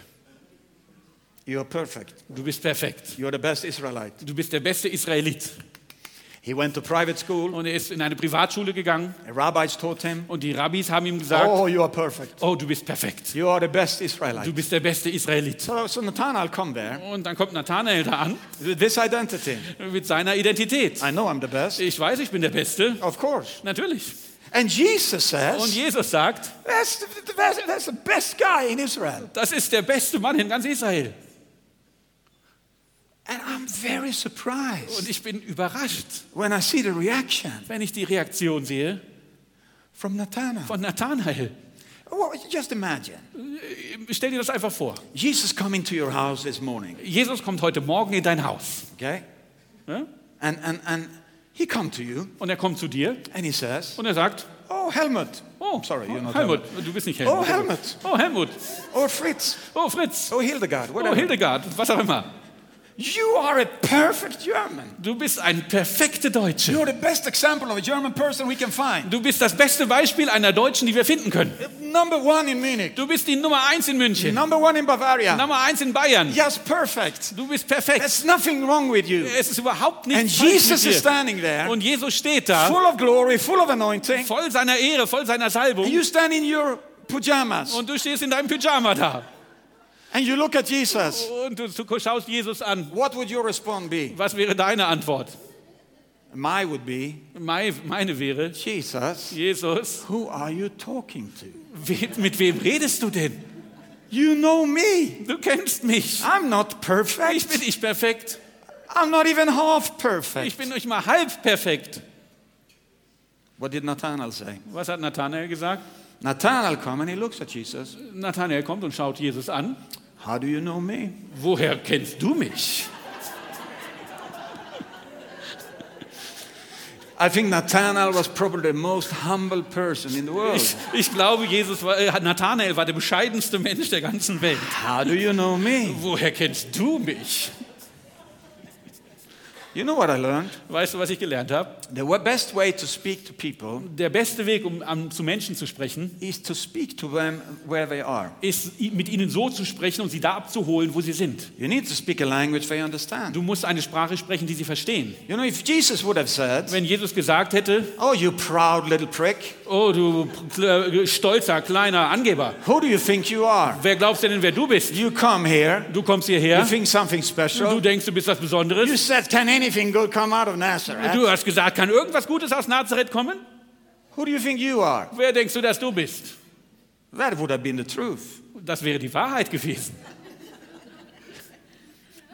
You're perfect.
Du bist perfekt.
You're the best Israelite.
Du bist der beste Israelit.
He went to private school.
Und er ist in eine Privatschule gegangen
Rabbis taught him,
und die Rabbis haben ihm gesagt, oh,
Oh, you are perfect.
du bist perfekt.
You are the best
Du
Israelite.
bist der beste Israelit.
So, so Nathanael come there
Und dann kommt Nathanael da an
with this identity.
mit seiner Identität.
I know I'm the best.
Ich weiß, ich bin der Beste.
Of course.
Natürlich.
And Jesus
Und
says,
Jesus sagt,
that's the, the best, that's the best guy in Israel.
das ist der beste Mann in ganz Israel.
And I'm very surprised
Und ich bin überrascht,
when I see the reaction
wenn ich die Reaktion sehe
from Nathanael.
von Nathanael.
Well, just imagine.
Stell dir das einfach vor.
Jesus come into your house this morning,
Jesus kommt heute Morgen in dein Haus.
okay?
Ja?
And, and, and he come to you
Und er kommt zu dir
and he says,
und er sagt,
oh, Helmut.
oh,
Sorry, you're not
Helmut, du bist nicht Helmut.
Oh, Helmut.
Oh, Helmut.
Or Fritz.
Oh, Fritz.
Or Hildegard.
Oh,
Whatever.
Hildegard, was auch immer.
you are a perfect German.
Du bist ein perfekter Deutscher.
You're the best example of a German person we can find.
Du bist das beste Beispiel einer Deutschen, die wir finden können.
Number one in Munich.
Du bist die Nummer eins in München,
Number one in Bavaria.
Nummer eins in Bayern.
Yes, perfect.
Du bist perfekt.
There's nothing wrong with you.
Es ist überhaupt
And
nichts falsch
Jesus is
mit dir.
standing there,
Und Jesus steht da,
full of glory, full of anointing.
voll seiner Ehre, voll seiner
And
Salbung.
you stand in your pajamas
Und du stehst in deinem Pyjama da.
and you look at Jesus.
Und du, du schaust Jesus an.
What would your response be?
Was wäre deine Antwort?
My would be,
Mei- Meine wäre,
Jesus,
Jesus,
who are you talking to?
we, mit wem redest du denn?
You know me.
Du kennst mich.
I'm not
Ich bin
perfect.
nicht perfekt.
I'm not even half
Ich
perfect.
bin nicht mal halb perfekt.
What did Nathanael say?
Was hat Nathanael gesagt?
Nathanael come and he looks at Jesus.
Nathanael kommt und schaut Jesus an.
How do you know me?
Woher kennst du mich?
I think Nathanael was probably the most humble person in the
Ich,
world.
ich glaube, Jesus war, äh, Nathanael war der bescheidenste Mensch der ganzen Welt.
How do you know me?
Woher kennst du mich?
You know what I learned?
Weißt du, was ich gelernt habe?
The wa- best way to speak to people
Der beste Weg, um am, zu Menschen zu sprechen,
is to speak to them where they are.
ist, i- mit ihnen so zu sprechen und sie da abzuholen, wo sie sind.
You need to speak a language they understand.
Du musst eine Sprache sprechen, die sie verstehen.
You know, if Jesus would have said,
Wenn Jesus gesagt hätte,
Oh, you proud little prick,
Oh, du kle- stolzer, kleiner Angeber.
who do you think you are?
Wer glaubst denn, wer du bist?
You come here,
Du kommst
you
hierher,
think something
du
special.
denkst, du bist was
You
Besonderes.
said, Can anything good come out of Nazareth?
Du hast gesagt, kann irgendwas Gutes aus Nazareth kommen?
Who do you think you are?
Wer denkst du, dass du bist?
That would have been the truth.
Das wäre die Wahrheit gewesen.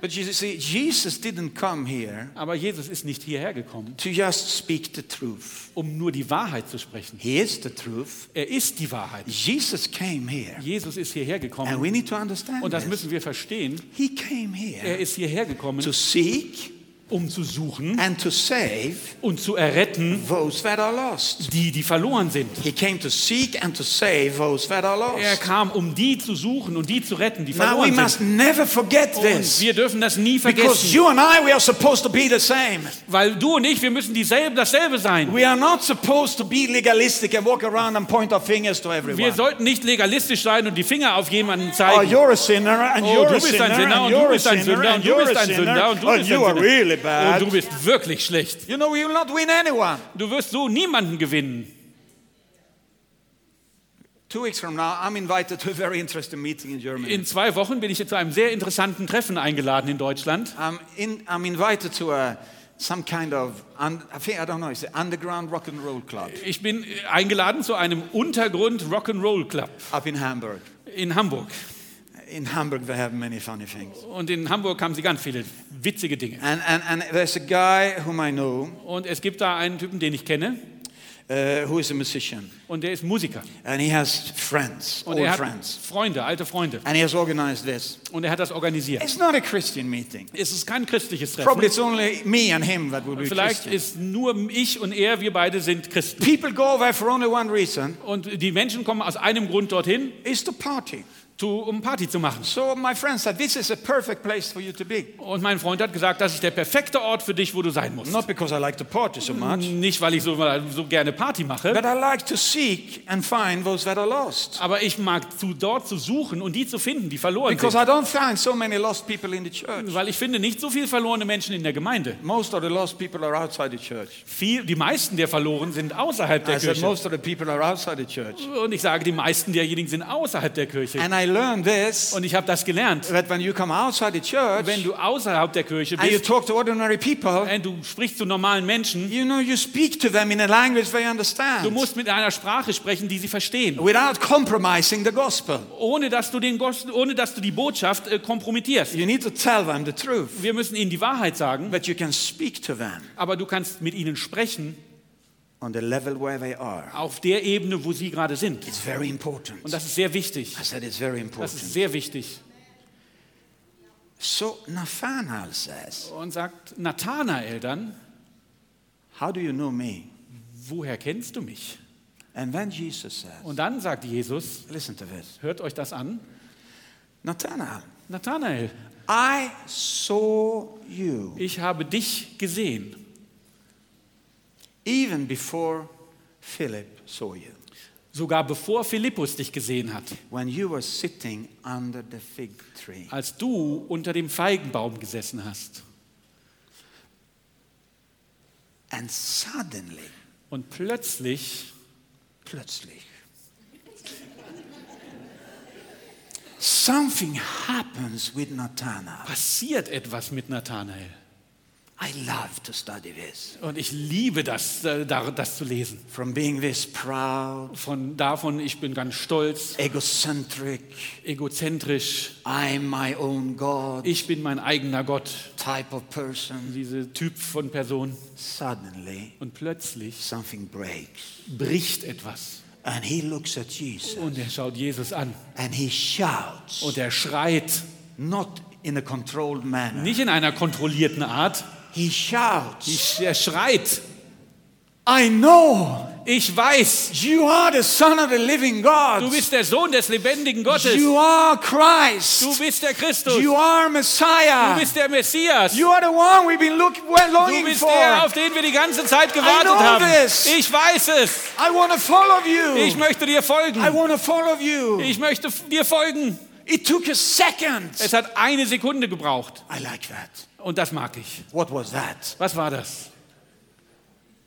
But you see, Jesus didn't come here
Aber Jesus ist nicht hierher gekommen,
to just speak the truth.
um nur die Wahrheit zu sprechen.
He is the truth.
Er ist die Wahrheit.
Jesus came here.
Jesus ist hierher
And
gekommen.
we need to understand
Und das
this.
müssen wir verstehen.
He came
Er
here
ist hierher gekommen,
to seek
um zu suchen
and to save
und zu erretten,
those that are lost.
die, die verloren sind.
He came to seek and to save those that are
Er
lost.
kam, um die zu suchen und die zu retten, die
Now we
verloren sind.
must never forget
Und
this.
wir dürfen das nie
Because
vergessen,
you and I, we are supposed to be the same.
weil du und ich, wir müssen dieselbe, dasselbe sein.
We are not supposed to be legalistic and walk around and point our fingers to
Wir
everyone.
sollten nicht legalistisch sein und die Finger auf jemanden
Oh,
zeigen.
you're a sinner, and
Oh,
you're
du
a
bist
sinner,
ein Sünder
and
und du
you're a
bist ein
sinner,
Sünder
and
und du
you're
bist
a
ein Sünder
sinner,
und du
and
bist
you
ein
are really
Sünder. Und du
bad.
bist wirklich schlecht.
You know, you will not win anyone.
Du wirst so niemanden gewinnen.
Two weeks from now, I'm invited to a very interesting meeting in Germany.
In zwei Wochen bin ich zu einem sehr interessanten Treffen eingeladen in Deutschland.
I'm, in, I'm invited to a, some kind of, un- I think, I don't know, it's an underground rock and roll club
Ich bin äh, eingeladen zu einem Untergrund Rock'n'Roll Club
up in Hamburg.
in Hamburg.
In Hamburg, they have many funny things.
Und in Hamburg haben sie ganz viele witzige Dinge.
And, and, and there's a guy whom I know
Und es gibt da einen Typen, den ich kenne,
uh, who is a musician,
und der ist Musiker.
and he has friends,
Und
old
er hat
friends,
Freunde, alte Freunde.
and he has organized this.
Und er hat das organisiert.
It's not a Christian meeting.
Es ist kein christliches Treffen.
Probably it's only me and him that will be
Vielleicht
Christian.
ist nur ich und er, wir beide sind Christen.
People go there for only one reason:
Und die Menschen kommen aus einem Grund dorthin,
is to party.
zu, um Party zu machen.
So my friend said, "This is a perfect place for you to be."
Und mein Freund hat gesagt, das ist der perfekte Ort für dich, wo du sein musst.
Not because I like to party so much,
Nicht, weil ich so, so gerne Party mache,
but I like to seek and find those that are lost.
aber ich mag zu, dort zu suchen und die zu finden, die verloren
Because
sind.
I don't find so many lost people in the church.
Weil ich finde nicht so viele verlorene Menschen in der Gemeinde.
Most of the lost people are outside the church.
Viel, die meisten der verloren sind außerhalb der
I said,
Kirche.
most of the people are outside the church.
Und ich sage, die meisten derjenigen sind außerhalb der Kirche.
And I learned this
Und ich habe das gelernt.
that when you come outside the church
Wenn du außerhalb der Kirche
and you
bist,
talk to ordinary people,
wenn du sprichst zu normalen Menschen,
you know, you speak to them in a language they
du
understand
musst mit einer Sprache sprechen, die sie verstehen,
without compromising the gospel.
ohne dass du, den, Gos- ohne dass du die Botschaft äh, kompromittierst.
You need to tell them the truth,
Wir müssen ihnen die Wahrheit sagen,
but you can speak to them
aber du kannst mit ihnen sprechen
on the level where they are.
auf der Ebene, wo sie gerade sind.
It's very
Und
important.
das ist sehr wichtig.
I said it's very
Das
important.
ist sehr wichtig.
So Nathanael says,
Und sagt Nathanael dann,
How do you know me?
woher kennst du mich?
And then Jesus says,
Und dann sagt Jesus,
Listen to this.
hört euch das an,
Nathanael,
Nathanael,
I saw you
ich habe dich gesehen,
even before Philip saw you,
sogar bevor Philippus dich gesehen hat,
when you were sitting under the fig tree.
als du unter dem Feigenbaum gesessen hast.
And suddenly,
Und plötzlich,
plötzlich, something happens with Nathanael.
passiert etwas mit Nathanael.
I love to study this.
Und ich liebe das, äh, da- das zu lesen.
From being this proud,
Von davon, ich bin ganz stolz,
egocentric,
egozentrisch,
I'm my own God
ich bin mein eigener Gott,
type of person,
diese Typ von Person.
suddenly
Und plötzlich
something breaks.
bricht etwas.
And he looks at Jesus
Und er schaut Jesus an
and he shouts,
und er schreit,
not in a controlled manner.
nicht in einer kontrollierten Art,
He shouts,
ich, er schreit,
I know
ich weiß,
you are the Son of the living
du
God.
bist der Sohn des lebendigen Gottes,
You are
du
Christ.
bist der Christus,
You
du
are Messiah.
bist der Messias.
You are the one we've been look, we're
Du
longing
bist
for.
der, auf den wir die ganze Zeit
I
gewartet
know
haben.
this.
Ich weiß es.
I want to follow
Ich
you.
möchte dir folgen.
I want to follow you.
Ich möchte f- dir folgen.
It took a second.
Es hat eine Sekunde gebraucht.
I like that.
Und das mag ich.
What was that?
Was war das?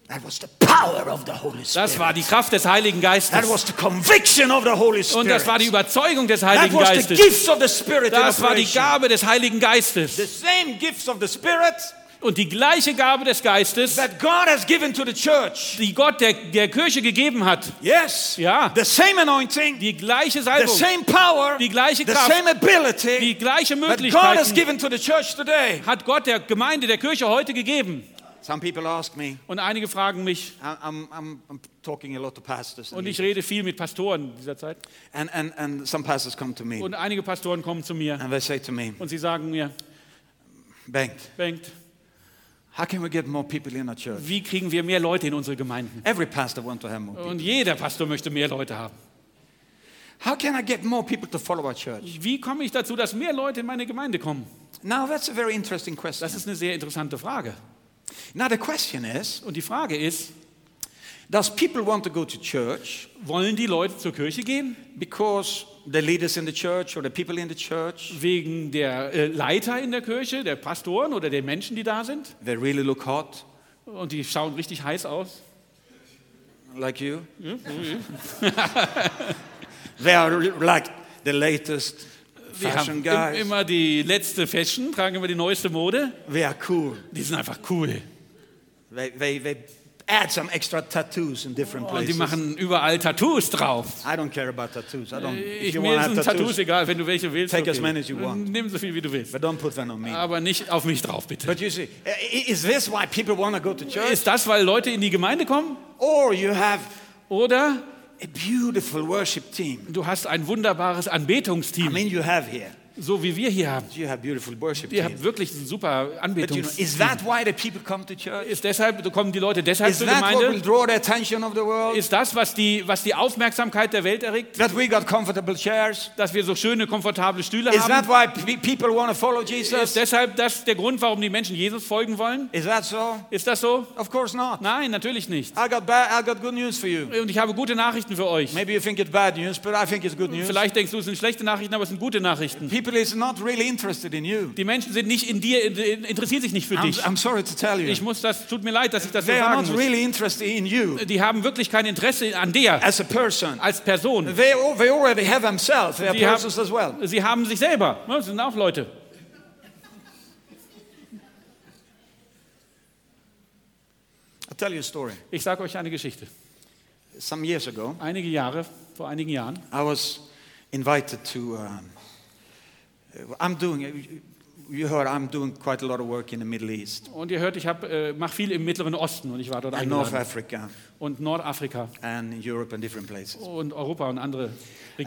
That was the power of the Holy Spirit.
Das war die Kraft des Heiligen
That
Geistes.
was the conviction of the Holy Spirit.
Und das war die Überzeugung des
that
Heiligen
was the
Geistes.
gifts of the Spirit
Das
in
war die
operation.
Gabe des Heiligen Geistes.
The same gifts of the Spirit
Und die gleiche Gabe des Geistes,
that God has given to the church.
die Gott der, der Kirche gegeben hat.
Yes.
Ja.
The same anointing,
Die gleiche
the
Salbung,
same power,
die gleiche
the
Kraft,
same ability
die gleiche
that God has
Möglichkeit
given to the church today.
hat Gott der Gemeinde, der Kirche heute gegeben.
Some people ask me,
Und einige fragen mich,
I- I'm, I'm, I'm talking a lot to pastors,
und
and,
ich rede viel mit Pastoren dieser Zeit,
and, and, and some pastors come to me
und einige Pastoren kommen zu mir
and they say to me,
und sie sagen mir,
Bengt,
Bengt,
how can we get more people in our church?
wie kriegen wir mehr Leute in unsere Gemeinden?
Every pastor wants to have more people.
Und jeder Pastor möchte mehr Leute haben.
How can I get more people to follow our church?
Wie komme ich dazu, dass mehr Leute in meine Gemeinde kommen?
Now, that's a very interesting question.
Das ist eine sehr interessante Frage.
Now, the question is
Und die Frage ist,
Does people want to go to church
wollen die Leute zur Kirche gehen?
because the leaders in the church or the people in the church,
Wegen der äh, Leiter in der Kirche, der Pastoren oder der Menschen, die da sind?
they really look hot
Und die schauen richtig heiß aus.
like you? they are re- like the latest
Die
fashion
haben im,
guys.
immer die letzte Fashion, tragen immer die neueste Mode.
They are cool.
Die sind einfach cool.
They, they, they add some extra tattoos in different
Und die
places.
machen überall Tattoos drauf.
I don't care about tattoos. I don't. if
Ich,
you
mir
want
sind
to
Uh, Tattoos,
have tattoos,
egal, wenn du welche willst.
Take as many as you want.
Nimm so viel, wie du willst.
but don't put them on me.
Aber nicht auf mich drauf, bitte.
But you see, i- i- is this why people want to go to church?
Ist das, weil Leute in die Gemeinde kommen?
Or you have
Oder
a beautiful worship team.
du hast ein wunderbares
I
Anbetungsteam,
mean, you have here.
so wie wir hier haben.
You have beautiful worship
Ihr
team.
habt wirklich ein super
But you know,
Anbetungs...
is that why the people come to church?
Ist deshalb, kommen die Leute deshalb
Is
zur
that what will
Gemeinde?
draw the attention of the world?
Ist das, was die, was die Aufmerksamkeit der Welt erregt?
That we got comfortable chairs?
Dass wir so schöne, komfortable Stühle
Is
haben?
that why pe- people want to follow
Ist
Jesus?
deshalb das der Grund, warum die Menschen Jesus folgen wollen?
Is that so?
Ist das so?
Of course not.
Nein, natürlich nicht.
I got bad. I got good news for you.
Und ich habe gute Nachrichten für euch.
Maybe you think it's bad news, but I think it's good news.
Vielleicht denkst du, es sind schlechte Nachrichten, aber es sind gute Nachrichten.
People is not really interested in you.
Die Menschen sind nicht in dir, in- in- interessieren sich nicht für
I'm,
dich.
I'm sorry to tell you.
Ich muss das, tut mir leid, dass ich das so
They are
sagen
not
muss.
really interested in you
Die haben wirklich kein Interesse an dir
as a person.
als Person.
They, al- they already have themselves. They are
Die haben-
persons as well.
Sie haben sich selber. Ne, Das sind auch Leute.
I'll tell you a story.
Ich sage euch eine Geschichte.
Some years ago,
Einige Jahre, vor einigen Jahren,
I was invited to. Um, uh, I'm doing. You heard I'm doing quite a lot of work in the Middle East
und ihr hört, ich hab, äh, mache viel im Mittleren Osten und ich war dort
and North
eingeladen.
Africa
Und Nordafrika
and Europe and different places.
und Europa und andere
And,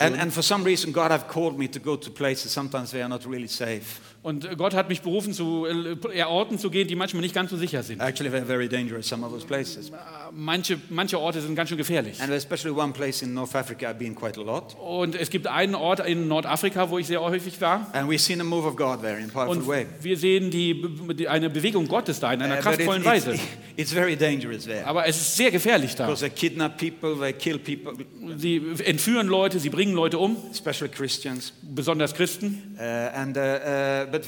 Regionen.
and for some reason, God have called me to go to places sometimes they are not really safe.
Und Gott hat mich berufen, zu äh, Orten zu gehen, die manchmal nicht ganz so sicher sind. Äh,
Actually, they're very dangerous, some of those places.
Manche, manche Orte sind ganz schön gefährlich.
And especially one place in North Africa I've been quite a lot.
Und es gibt einen Ort in Nordafrika, wo ich sehr häufig war.
And we've seen a move of God there in a powerful
Und
way.
wir sehen die, die, eine Bewegung Gottes da in einer
Uh, but it-
kraftvollen
it's-
Weise. Ah.
it's very dangerous there.
Aber es ist sehr gefährlich da.
Because they kidnap people, they kill people,
Sie entführen Leute, sie bringen Leute um,
especially Christians.
besonders Christen.
Uh, and, uh, uh, but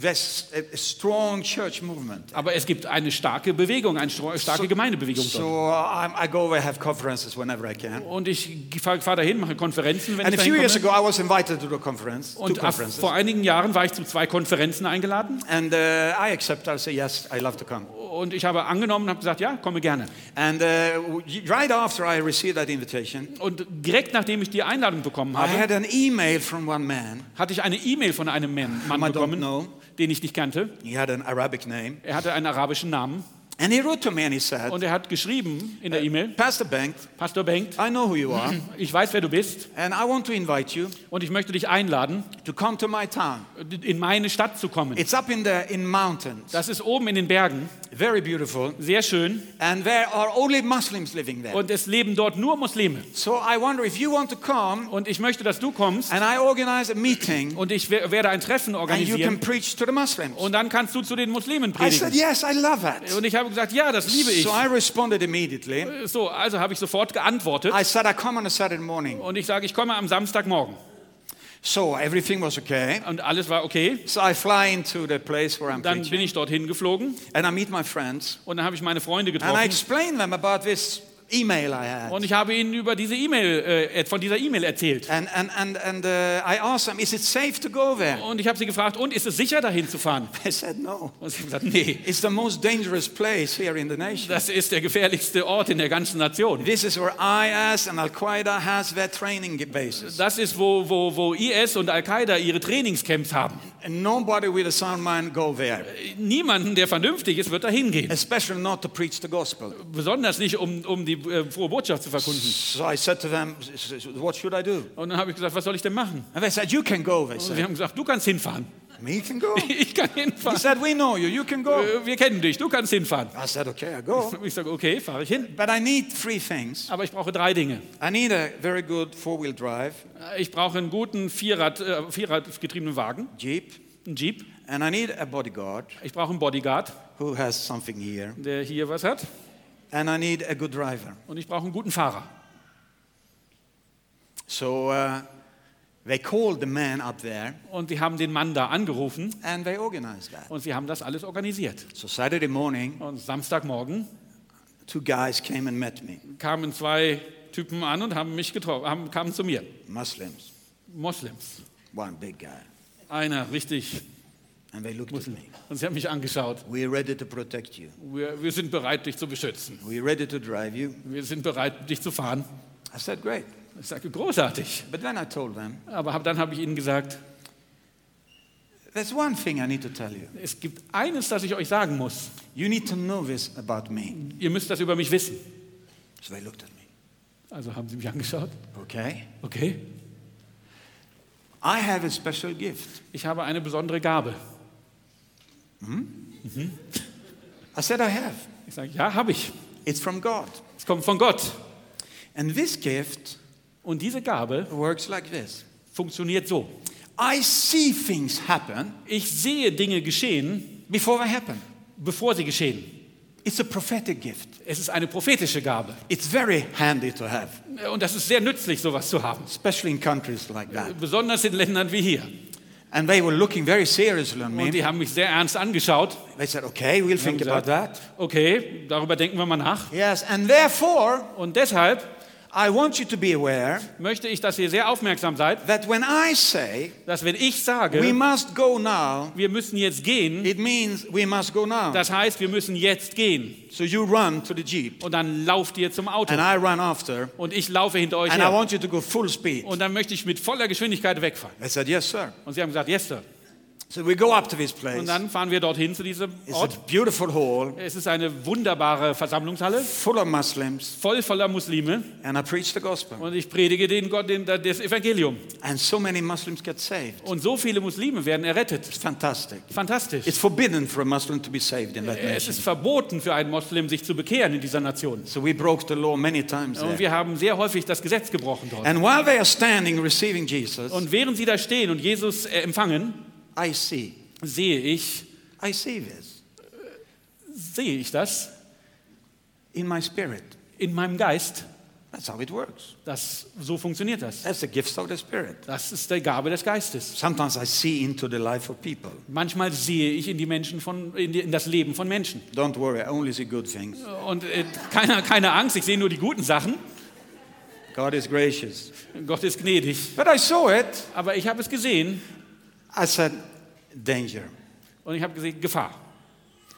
there's a a strong church movement.
Aber es gibt eine starke Bewegung, eine stro- starke
So-
Gemeindebewegung dort.
So I'm, I go over and have conferences whenever I can.
Und ich fahre fahr dahin, mache Konferenzen, wenn
And a
ich
few
dahin
years
komme.
ago, I was invited to the conference, two
Und ab,
conferences.
vor einigen Jahren war ich zu zwei Konferenzen eingeladen.
And uh, I accept. I say yes. I love to come.
Und ich habe angenommen und habe gesagt, ja, komme gerne.
And uh, w- right after I received that invitation,
Und direkt nachdem ich die Einladung bekommen
I
habe,
had an email from one man.
hatte ich eine E-Mail von einem Man-
whom
Mann
I don't
bekommen,
know.
den ich nicht kannte.
He had an Arabic name,
Er hatte einen arabischen Namen
and he wrote to me and he said,
und er hat geschrieben in der
Äh.
E-Mail,
"Pastor Bank,
Pastor Bengt,
I know who you are,
ich weiß, wer du bist
and I want to invite you
und ich möchte dich einladen,
to come to my town.
in meine Stadt zu kommen.
It's up in the in mountains,
Das ist oben in den Bergen,
very beautiful,
sehr schön
and there are only Muslims living there.
und es leben dort nur Muslime.
So I wonder if you want to come,
Und ich möchte, dass du kommst
and I organize a meeting,
und ich wer- werde ein Treffen
and you can
organisieren
preach to the Muslims."
und dann kannst du zu den Muslimen
I said,
predigen.
"Yes, I love that."
Und ich habe gesagt, ja, das liebe ich.
So I responded immediately.
So, also habe ich sofort geantwortet
I said I come on a Saturday morning.
und ich sage, ich komme am Samstagmorgen.
So everything was okay.
Und alles war okay.
So I fly into the place where I'm
Dann
preaching
bin ich dorthin geflogen
and I meet my friends
und dann habe ich meine Freunde
and I
getroffen
explain them about this email I had.
und ich habe ihnen über diese E-Mail äh, von dieser E-Mail erzählt.
And, and, and, and uh, I asked them, is it safe to go there?
Und ich habe sie gefragt, und ist es sicher dahin zu fahren?
They said no.
Und sie haben gesagt, nee,
It's the most dangerous place here in the nation.
das ist der gefährlichste Ort in der ganzen Nation.
This is where IS and Al Qaeda has their training bases.
Das ist, wo, wo, wo IS und Al-Qaida ihre Trainingscamps haben.
And nobody with a sound mind go there,
Niemanden, der vernünftig ist, wird dahin gehen.
especially not to preach the gospel.
Besonders nicht, um, um die äh, frohe Botschaft zu verkünden.
So I said to them, "S- s- what should I do?
Und dann habe ich gesagt, was soll ich denn machen?
And they said, you can go, they
Und sie
said.
haben gesagt, du kannst hinfahren.
Me can go.
Ich kann
He
hinfahren.
said, We know you, you can go.
Äh, Wir kennen dich, du kannst hinfahren.
I said, Okay, I go.
Ich sage, okay, fahre ich hin.
But I need three things.
Aber ich brauche drei Dinge.
I need a very good four wheel drive
Äh, Ich brauche einen guten Vierrad, äh, Vierradgetriebenen Wagen,
Jeep,
einen Jeep.
and I need a bodyguard
Ich brauche einen Bodyguard,
who has something here,
der hier was hat.
and I need a good driver.
Und ich brauche einen guten Fahrer.
So uh, they called the man up there
Und sie haben den Mann da angerufen
and they organized that.
und sie haben das alles organisiert.
So Saturday morning,
Und Samstagmorgen
two guys came and met me,
kamen zwei Typen an und haben mich getroffen, haben, kamen zu mir.
Muslims,
Moslems.
one big guy.
Einer richtig
And they looked at me.
Und sie haben mich angeschaut.
We're ready to protect you.
Wir, wir sind bereit, dich zu beschützen.
We're ready to drive you.
Wir sind bereit, dich zu fahren.
I said, Great.
Ich sagte, großartig.
But then I told them,
Aber hab, dann habe ich ihnen gesagt,
There's one thing I need to tell you.
es gibt eines, das ich euch sagen muss.
You need to know this about me.
Ihr müsst das über mich wissen.
So they looked at me.
Also haben sie mich angeschaut.
Okay?
Okay.
I have a special gift.
Ich habe eine besondere Gabe.
I said, I have.
Ich sage, ja, habe ich.
It's from God.
Es kommt von Gott.
And this gift
Und diese Gabe
works like this
funktioniert so.
I see things happen
Ich sehe Dinge geschehen,
before they happen.
bevor sie geschehen.
It's a prophetic gift.
Es ist eine prophetische Gabe.
It's very handy to have,
Und das ist sehr nützlich, sowas zu haben.
especially in countries like that.
Besonders in Ländern wie hier.
And they were looking very seriously on
Und
me.
die haben mich sehr ernst angeschaut.
They said, okay, we'll think about that.
Okay, darüber denken wir mal nach.
Yes, and therefore,
Und deshalb
I want you to be aware
möchte ich, dass ihr sehr aufmerksam seid,
that when I say
dass wenn ich
we
sage,
must go now,
wir müssen jetzt gehen,
It means we must go now.
das heißt, wir müssen jetzt gehen.
So you run to the Jeep,
Und dann lauft ihr zum Auto.
and I run after,
Und ich laufe hinter euch
and I
her.
want you to go full speed.
Und dann möchte ich mit voller Geschwindigkeit wegfahren.
I said, Yes, sir.
Und sie haben gesagt, yes, sir.
So we go up to this
Und
place.
dann fahren wir dorthin zu diesem
It's
Ort.
a beautiful hall,
Es ist eine wunderbare Versammlungshalle,
full of Muslims,
voll voller Muslime.
and I preach the gospel.
Und ich predige den Gott, den, das Evangelium.
And so many Muslims get saved.
Und so viele Muslime werden errettet.
It's fantastic.
Fantastisch.
It's forbidden for a Muslim to be saved in that
Äh, Es
nation.
ist verboten für einen Moslem, sich zu bekehren in dieser Nation.
So we broke the law many times
Und
there.
wir haben sehr häufig das Gesetz gebrochen dort.
And while they are standing receiving Jesus,
Und während sie da stehen und Jesus äh, empfangen,
I see.
sehe ich,
I see this
sehe ich das
in my spirit.
in meinem Geist.
That's how it works.
Das, so funktioniert das.
That's the gifts of the Spirit.
Das ist die Gabe des Geistes.
Sometimes I see into the life of people.
Manchmal sehe ich in die Menschen von, in, die, in das Leben von Menschen.
Don't worry, I only see good things.
Und äh, keine, keine Angst, ich sehe nur die guten Sachen.
God is gracious.
Gott ist gnädig.
But I saw it.
Aber ich habe es gesehen
I said, danger.
und ich habe gesehen, Gefahr.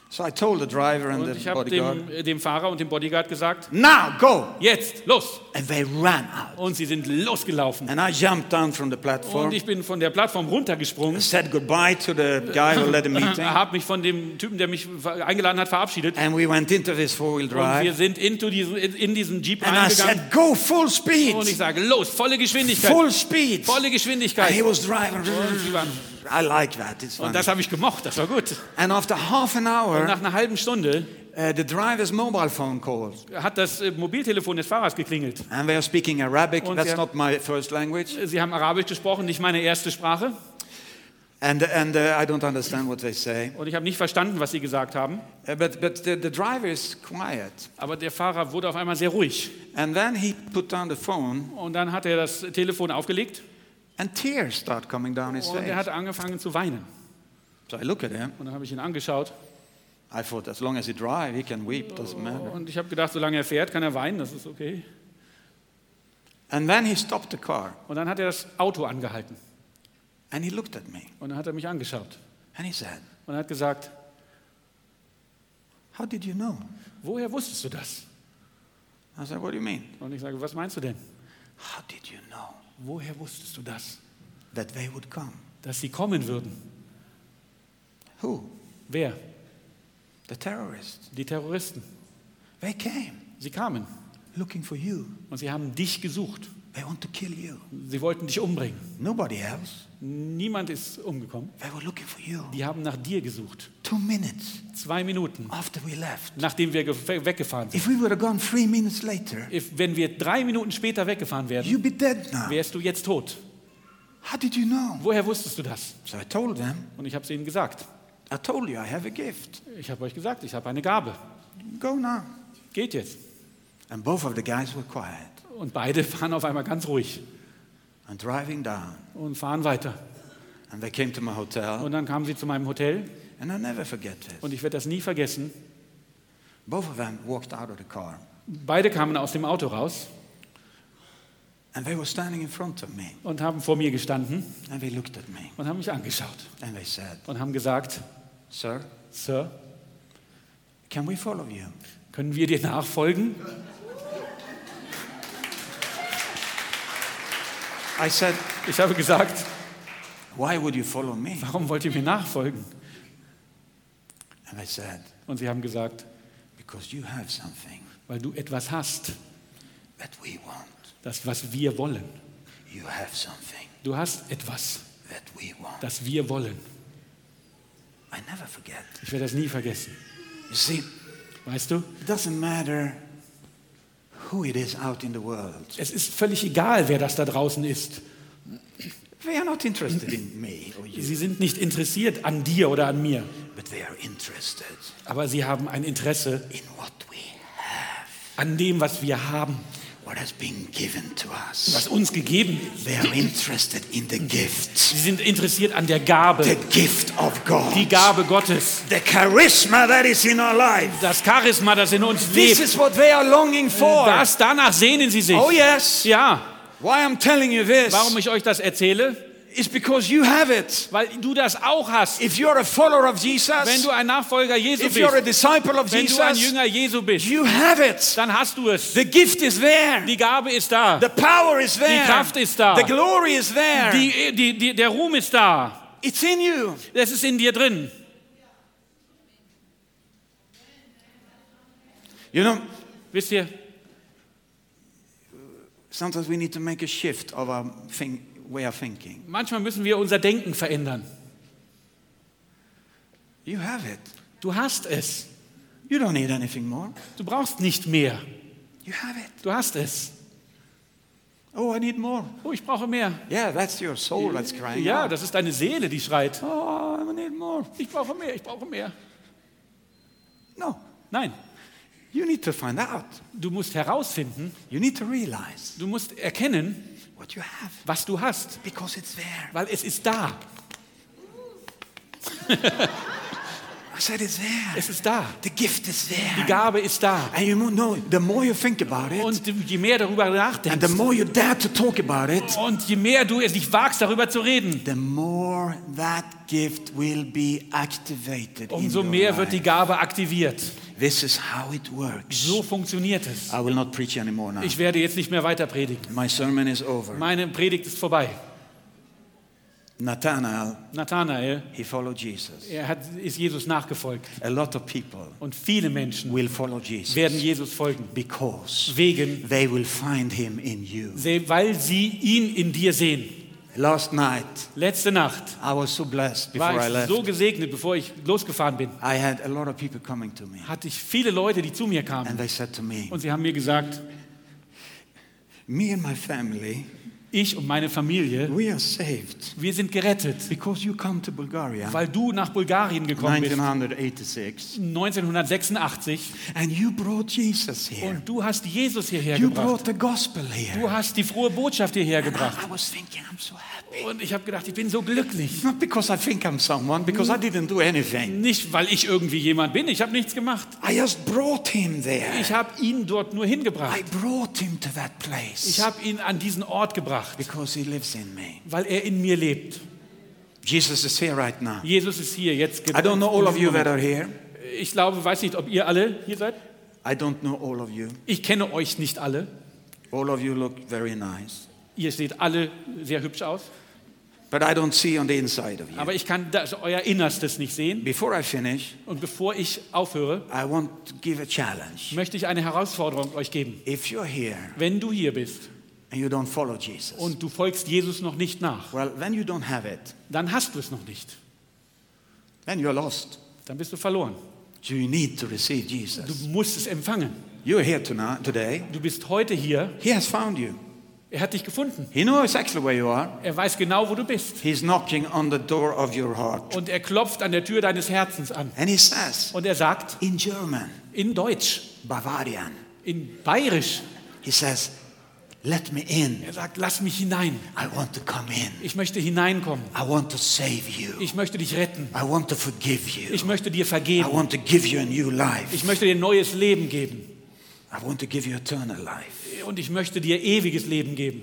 So I told the driver and
Und ich
the
habe
bodyguard,
dem, äh, dem Fahrer und dem Bodyguard gesagt,
now go.
jetzt, los.
And they ran out.
Und sie sind losgelaufen.
And I jumped down from the
Und
platform,
ich bin von der Plattform runtergesprungen,
said goodbye to the guy who led the meeting,
habe mich von dem Typen, der mich ver- eingeladen hat, verabschiedet.
and we went into this four wheel
Und wir
drive.
sind into diesen, in, in diesen Jeep
And I
reingegangen.
said, go full
Und ich
speed.
sage, los, volle Geschwindigkeit,
Full speed.
volle
And he
Geschwindigkeit.
was driving.
Und sie waren-
I like that. It's
Und
fun.
das habe ich gemocht, das war gut.
And after half an
Und
hour,
nach einer halben Stunde
uh, the driver's mobile phone calls.
hat das äh, Mobiltelefon des Fahrers geklingelt.
And they are speaking Arabic.
Und sie
That's
haben-
not my first language.
Sie haben Arabisch gesprochen, nicht meine erste Sprache.
And, and uh, I don't understand what they say.
Und ich habe nicht verstanden, was sie gesagt haben.
Uh, but but the, the driver is quiet.
Aber der Fahrer wurde auf einmal sehr ruhig.
And then he put down the phone,
Und dann hat er das Telefon aufgelegt
and tears start coming down his
und er
face.
hat angefangen zu weinen.
So I look at him.
Und dann habe ich ihn angeschaut
I thought, as long as he drives, he can weep, doesn't matter.
und ich habe gedacht, solange er fährt, kann er weinen, das ist okay.
And then he stopped the car,
Und dann hat er das Auto angehalten
and he looked at me,
und dann hat er mich angeschaut
and he said,
und hat gesagt,
How did you know?
woher wusstest du das?
I said, What do you mean?
Und ich sage, was meinst du denn?
How did you know
Woher wusstest du das?
that they would come?
Dass sie kommen würden.
Who?
Wer?
The terrorists.
Die Terroristen.
They came
Sie kamen
looking for you.
und sie haben dich gesucht.
They want to kill you.
Sie wollten dich umbringen.
Nobody else.
Niemand ist umgekommen.
They were looking for you.
Die haben nach dir gesucht.
Two minutes
Zwei Minuten,
after we left.
nachdem wir ge- weggefahren sind.
If we would have gone three minutes later,
If, wenn wir drei Minuten später weggefahren wären,
you'd be dead now.
wärst du jetzt tot.
How did you know?
Woher wusstest du das?
So I told them,
Und ich habe es ihnen gesagt.
I told you I have a gift.
Ich habe euch gesagt, ich habe eine Gabe.
Go now.
Geht jetzt.
And both of the guys were quiet
Und beide fahren auf einmal ganz ruhig
and driving down.
und fahren weiter.
And they came to my hotel.
Und dann kamen sie zu meinem Hotel
And I never forget this.
und ich werde das nie vergessen.
Both of them walked out of the car.
Beide kamen aus dem Auto raus
And they were standing in front of me,
und haben vor mir gestanden
and they looked at me,
und haben mich angeschaut
and they said,
und haben gesagt,
Sir,
Sir,
can we follow you?
können wir dir nachfolgen?
I said,
Ich habe gesagt,
Why would you follow me?
warum wollt ihr mir nachfolgen?
And they said,
Und sie haben gesagt,
Because you have something
weil du etwas hast,
that we want.
das, was wir wollen.
You have something
Du hast etwas,
that we want.
das wir wollen.
I never forget.
Ich werde das nie vergessen.
You see,
Weißt du,
it doesn't matter who it is out in the world.
es ist völlig egal, wer das da draußen ist.
They are not interested in me or you,
Sie sind nicht interessiert an dir oder an mir,
but they are interested
aber sie haben ein Interesse
in what we have,
an dem, was wir haben,
what has been given to us.
was uns gegeben ist.
They are interested in the gift,
Sie sind interessiert an der
the
Gabe,
gift of God,
die Gabe Gottes,
the charisma that is in our life.
das Charisma, das in uns
This
lebt.
is what they are longing for.
Das, danach sehnen sie sich.
Oh yes.
Ja,
Why I'm telling you this
warum ich euch das erzähle?
is because you have it.
Weil du das auch hast.
If you're a follower of
Wenn
Jesus,
du ein Nachfolger Jesu
if you're a
bist,
disciple of
wenn du ein
Jesus,
Jünger Jesu bist,
you have it.
dann hast du es.
The gift is there.
Die Gabe ist da.
The power is there.
Kraft ist da.
The glory is there.
Die, die, die, der Ruhm ist da.
It's in you.
Das ist in dir drin.
You know,
Wisst ihr,
sometimes we need to make a shift of our thing, way of thinking.
manchmal müssen wir unser Denken verändern.
You have it.
Du hast es.
You don't need anything more.
Du brauchst nicht mehr.
You have it.
Du hast es.
Oh, I need more.
Oh, ich brauche mehr.
Yeah, that's your soul that's crying.
Ja,
out.
das ist deine Seele, die schreit.
Oh, I need more.
Ich brauche mehr, ich brauche mehr.
No,
Nein,
you need to find out.
du musst herausfinden,
You need to realize
du musst erkennen,
what you have
was du hast,
because it's there.
weil es ist da.
I said it's there.
Es ist da.
The gift is
Die
there.
Gabe ist da.
And you mo- know, the more you think about it,
Und je mehr darüber
and the
nachdenkst
more you dare to talk about it,
und je mehr du es nicht wagst, darüber zu reden,
the more that gift will be activated. in
umso
your
Oh, mehr wird die
life.
Gabe aktiviert.
This is how it works.
So funktioniert es.
I will not preach anymore now.
Ich werde jetzt nicht mehr weiter predigen.
My sermon is over.
Meine Predigt ist vorbei.
Nathanael,
Nathanael,
he followed Jesus.
er hat, ist Jesus nachgefolgt.
A lot of people
Und viele Menschen
will follow Jesus
werden Jesus folgen.
because
Wegen,
they will find him in you.
sie- weil sie ihn in dir sehen.
Last night,
Letzte Nacht
I was so blessed before I
war ich
left.
so gesegnet, bevor ich losgefahren bin,
I had a lot of people coming to me,
hatte ich viele Leute, die zu mir
and
kamen.
they said to me,
Und sie haben mir gesagt,
Me and my family,
ich und meine Familie,
we are saved
wir sind gerettet.
because you come to Bulgaria
Weil du nach Bulgarien gekommen bist,
1986
1986,
and you brought Jesus here.
und du hast Jesus hierher
You
gebracht.
brought the gospel here.
Du hast die frohe Botschaft hierher
And
gebracht.
I, I was thinking, I'm so happy.
Und ich habe gedacht, ich bin so glücklich.
Not because I think I'm someone, because I didn't do anything.
Nicht, weil ich irgendwie jemand bin, ich habe nichts gemacht.
I just brought him there.
Ich habe ihn dort nur
I
hingebracht.
brought him to that
Ich
place
habe ihn an diesen Ort gebracht,
because he lives in me.
weil er in mir lebt.
Jesus is here right now.
Jesus ist hier jetzt.
I don't know all of you that are here.
Ich glaube, weiß nicht, ob ihr alle hier seid.
I don't know all of you.
Ich kenne euch nicht alle.
All of you look very nice.
Ihr seht alle sehr hübsch aus,
But I don't see on the inside of you.
aber ich kann das, euer Innerstes nicht sehen.
Before I finish,
Und bevor ich aufhöre,
I want to give a challenge.
möchte ich eine Herausforderung euch geben.
If you're here
Wenn du hier bist
and you don't follow Jesus,
und du folgst Jesus noch nicht nach,
well, then you don't have it.
dann hast du es noch nicht.
Then you're lost.
Dann bist du verloren.
So you need to receive
Du
Jesus.
musst es empfangen.
You're here tonight, today.
Du bist heute hier.
He has found you.
Er hat dich gefunden.
He knows exactly where you are.
Er weiß genau, wo du bist.
He's knocking on the door of your heart.
Und er klopft an der Tür deines Herzens an.
And he says,
Und er sagt
in German,
in Deutsch,
Bavarian,
in Bayerisch,
he says, let me in.
er sagt, lass mich hinein.
I want to come in.
Ich möchte hineinkommen.
I want to save you.
Ich möchte dich retten.
I want to forgive you.
Ich möchte dir
I
vergeben.
want to give you a new
Ich
life.
möchte dir neues Leben geben.
I want to give you eternal life.
Und ich möchte dir ewiges Leben geben.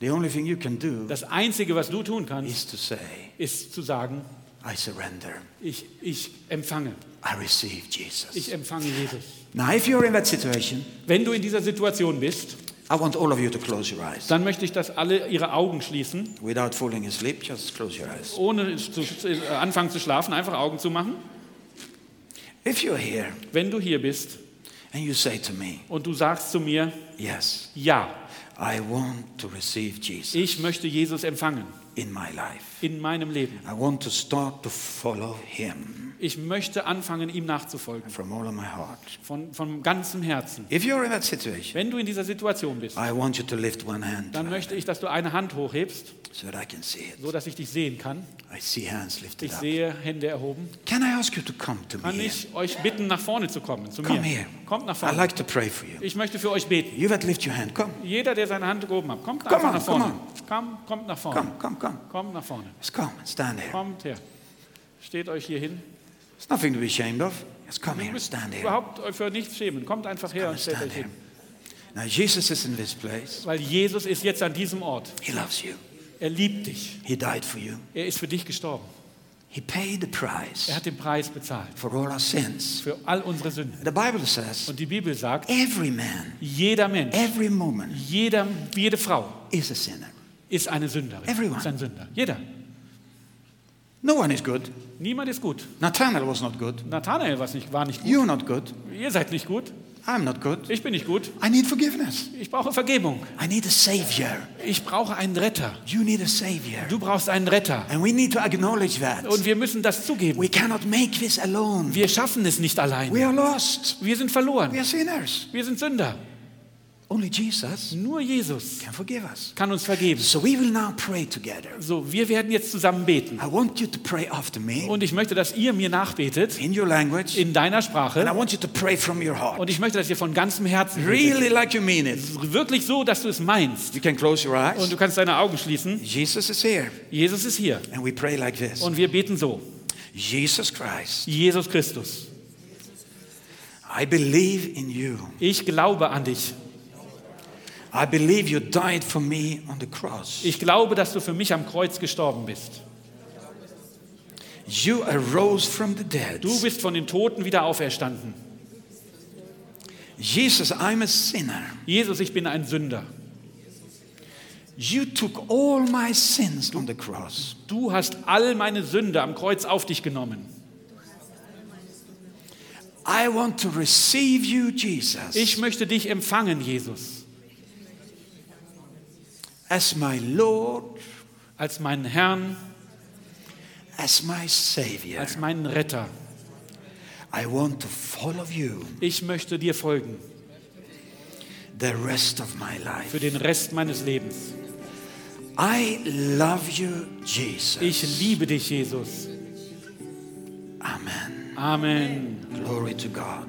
The only thing you can do
Das Einzige, was du tun kannst,
is to say,
ist zu sagen,
I surrender.
ich, ich empfange,
I receive Jesus.
ich empfange Jesus.
Now, if you're in that situation,
Wenn du in dieser Situation bist,
I want all of you to close your eyes.
dann möchte ich, dass alle ihre Augen schließen,
Without falling asleep, just close your eyes.
ohne zu, äh, anfangen zu schlafen, einfach Augen zu machen.
If you're here
Wenn du hier bist
and you say to me,
und du sagst zu mir,
Yes,
ja,
I want to receive Jesus
ich möchte Jesus empfangen
in my life,
in meinem Leben.
I want to start to follow Him
Ich möchte anfangen, ihm nachzufolgen,
from all of my heart.
von, von ganzem Herzen.
If you're in that situation,
Wenn du in dieser Situation bist,
I want you to lift one hand
dann möchte ich, dass du eine Hand hochhebst,
so that I can see it.
so dass ich dich sehen kann.
I see hands lifted
Ich
up.
sehe Hände erhoben.
Can I ask you to come to me?
Kann
Here?
ich euch bitten, nach vorne zu kommen, zu
Come
mir?
here.
Kommt nach
I'd
vorne.
like to pray for you.
Ich möchte für euch beten.
You that lift your hand, come,
Jeder, der seine Hand gehoben hat, kommt
Come
einfach
on,
nach
come
vorne. Komm, kommt nach vorne.
come, come, come.
Kommt nach vorne.
Just come and stand here.
Kommt her. Steht euch hier hin.
There's nothing to be ashamed of. Just come here
Ihr
and
müsst
stand here.
überhaupt euch für nichts schämen. Kommt einfach her
Come
und
and
stellt
stand
euch
here.
hin.
Now, Jesus is in this place.
Weil Jesus ist jetzt an diesem Ort.
He loves you.
Er liebt dich.
He died for you.
Er ist für dich gestorben.
He paid the price
Er hat den Preis bezahlt.
for all our sins.
Für all unsere Sünden.
The Bible says
Und die Bibel sagt,
every man,
jeder Mensch,
every woman
jeder, jede Frau
is a sinner.
ist eine Sünderin.
Everyone.
Ist ein Sünder. Jeder.
No one is good.
Niemand ist gut.
Nathanael was not good.
Nathanael was nicht, war nicht gut.
You're not good.
Ihr seid nicht gut.
I'm not good.
Ich bin nicht gut.
I need forgiveness.
Ich brauche Vergebung.
I need a savior.
Ich brauche einen Retter.
You need a savior.
Du brauchst einen Retter.
And we need to acknowledge that.
Und wir müssen das zugeben.
We cannot make this alone.
Wir schaffen es nicht
We
allein.
are lost.
Wir sind
We
verloren.
are sinners.
Wir sind Sünder.
Only Jesus
Nur Jesus
can forgive us.
kann uns vergeben.
So we will now pray together.
So, wir werden jetzt zusammen beten.
I want you to pray after me
Und ich möchte, dass ihr mir nachbetet
in your language.
in deiner
And I
Sprache.
want you to pray from your heart.
Und ich möchte, dass ihr von ganzem Herzen betet.
Really like you mean it.
Wirklich so, dass du es meinst.
You can close your
Und
eyes.
du kannst deine Augen schließen.
Jesus is here.
Jesus ist hier.
And we pray like this
Und wir beten so.
Jesus Christ,
Jesus Christus,
I believe in you.
ich glaube an dich.
I believe you died for me on the cross.
Ich glaube, dass du für mich am Kreuz gestorben bist.
You arose from the dead.
Du bist von den Toten wieder auferstanden.
Jesus, I'm a sinner.
Jesus, ich bin ein Sünder.
You took all my sins on the cross.
Du hast all meine Sünde am Kreuz auf dich genommen.
I want to receive you, Jesus,
Ich möchte dich empfangen, Jesus,
as my Lord,
als meinen Herrn,
as my Savior.
als meinen Retter.
I want to follow you
Ich möchte dir folgen
the rest of my life.
für den Rest meines Lebens.
I love you, Jesus.
Ich liebe dich, Jesus.
Amen.
Amen.
Glory to God.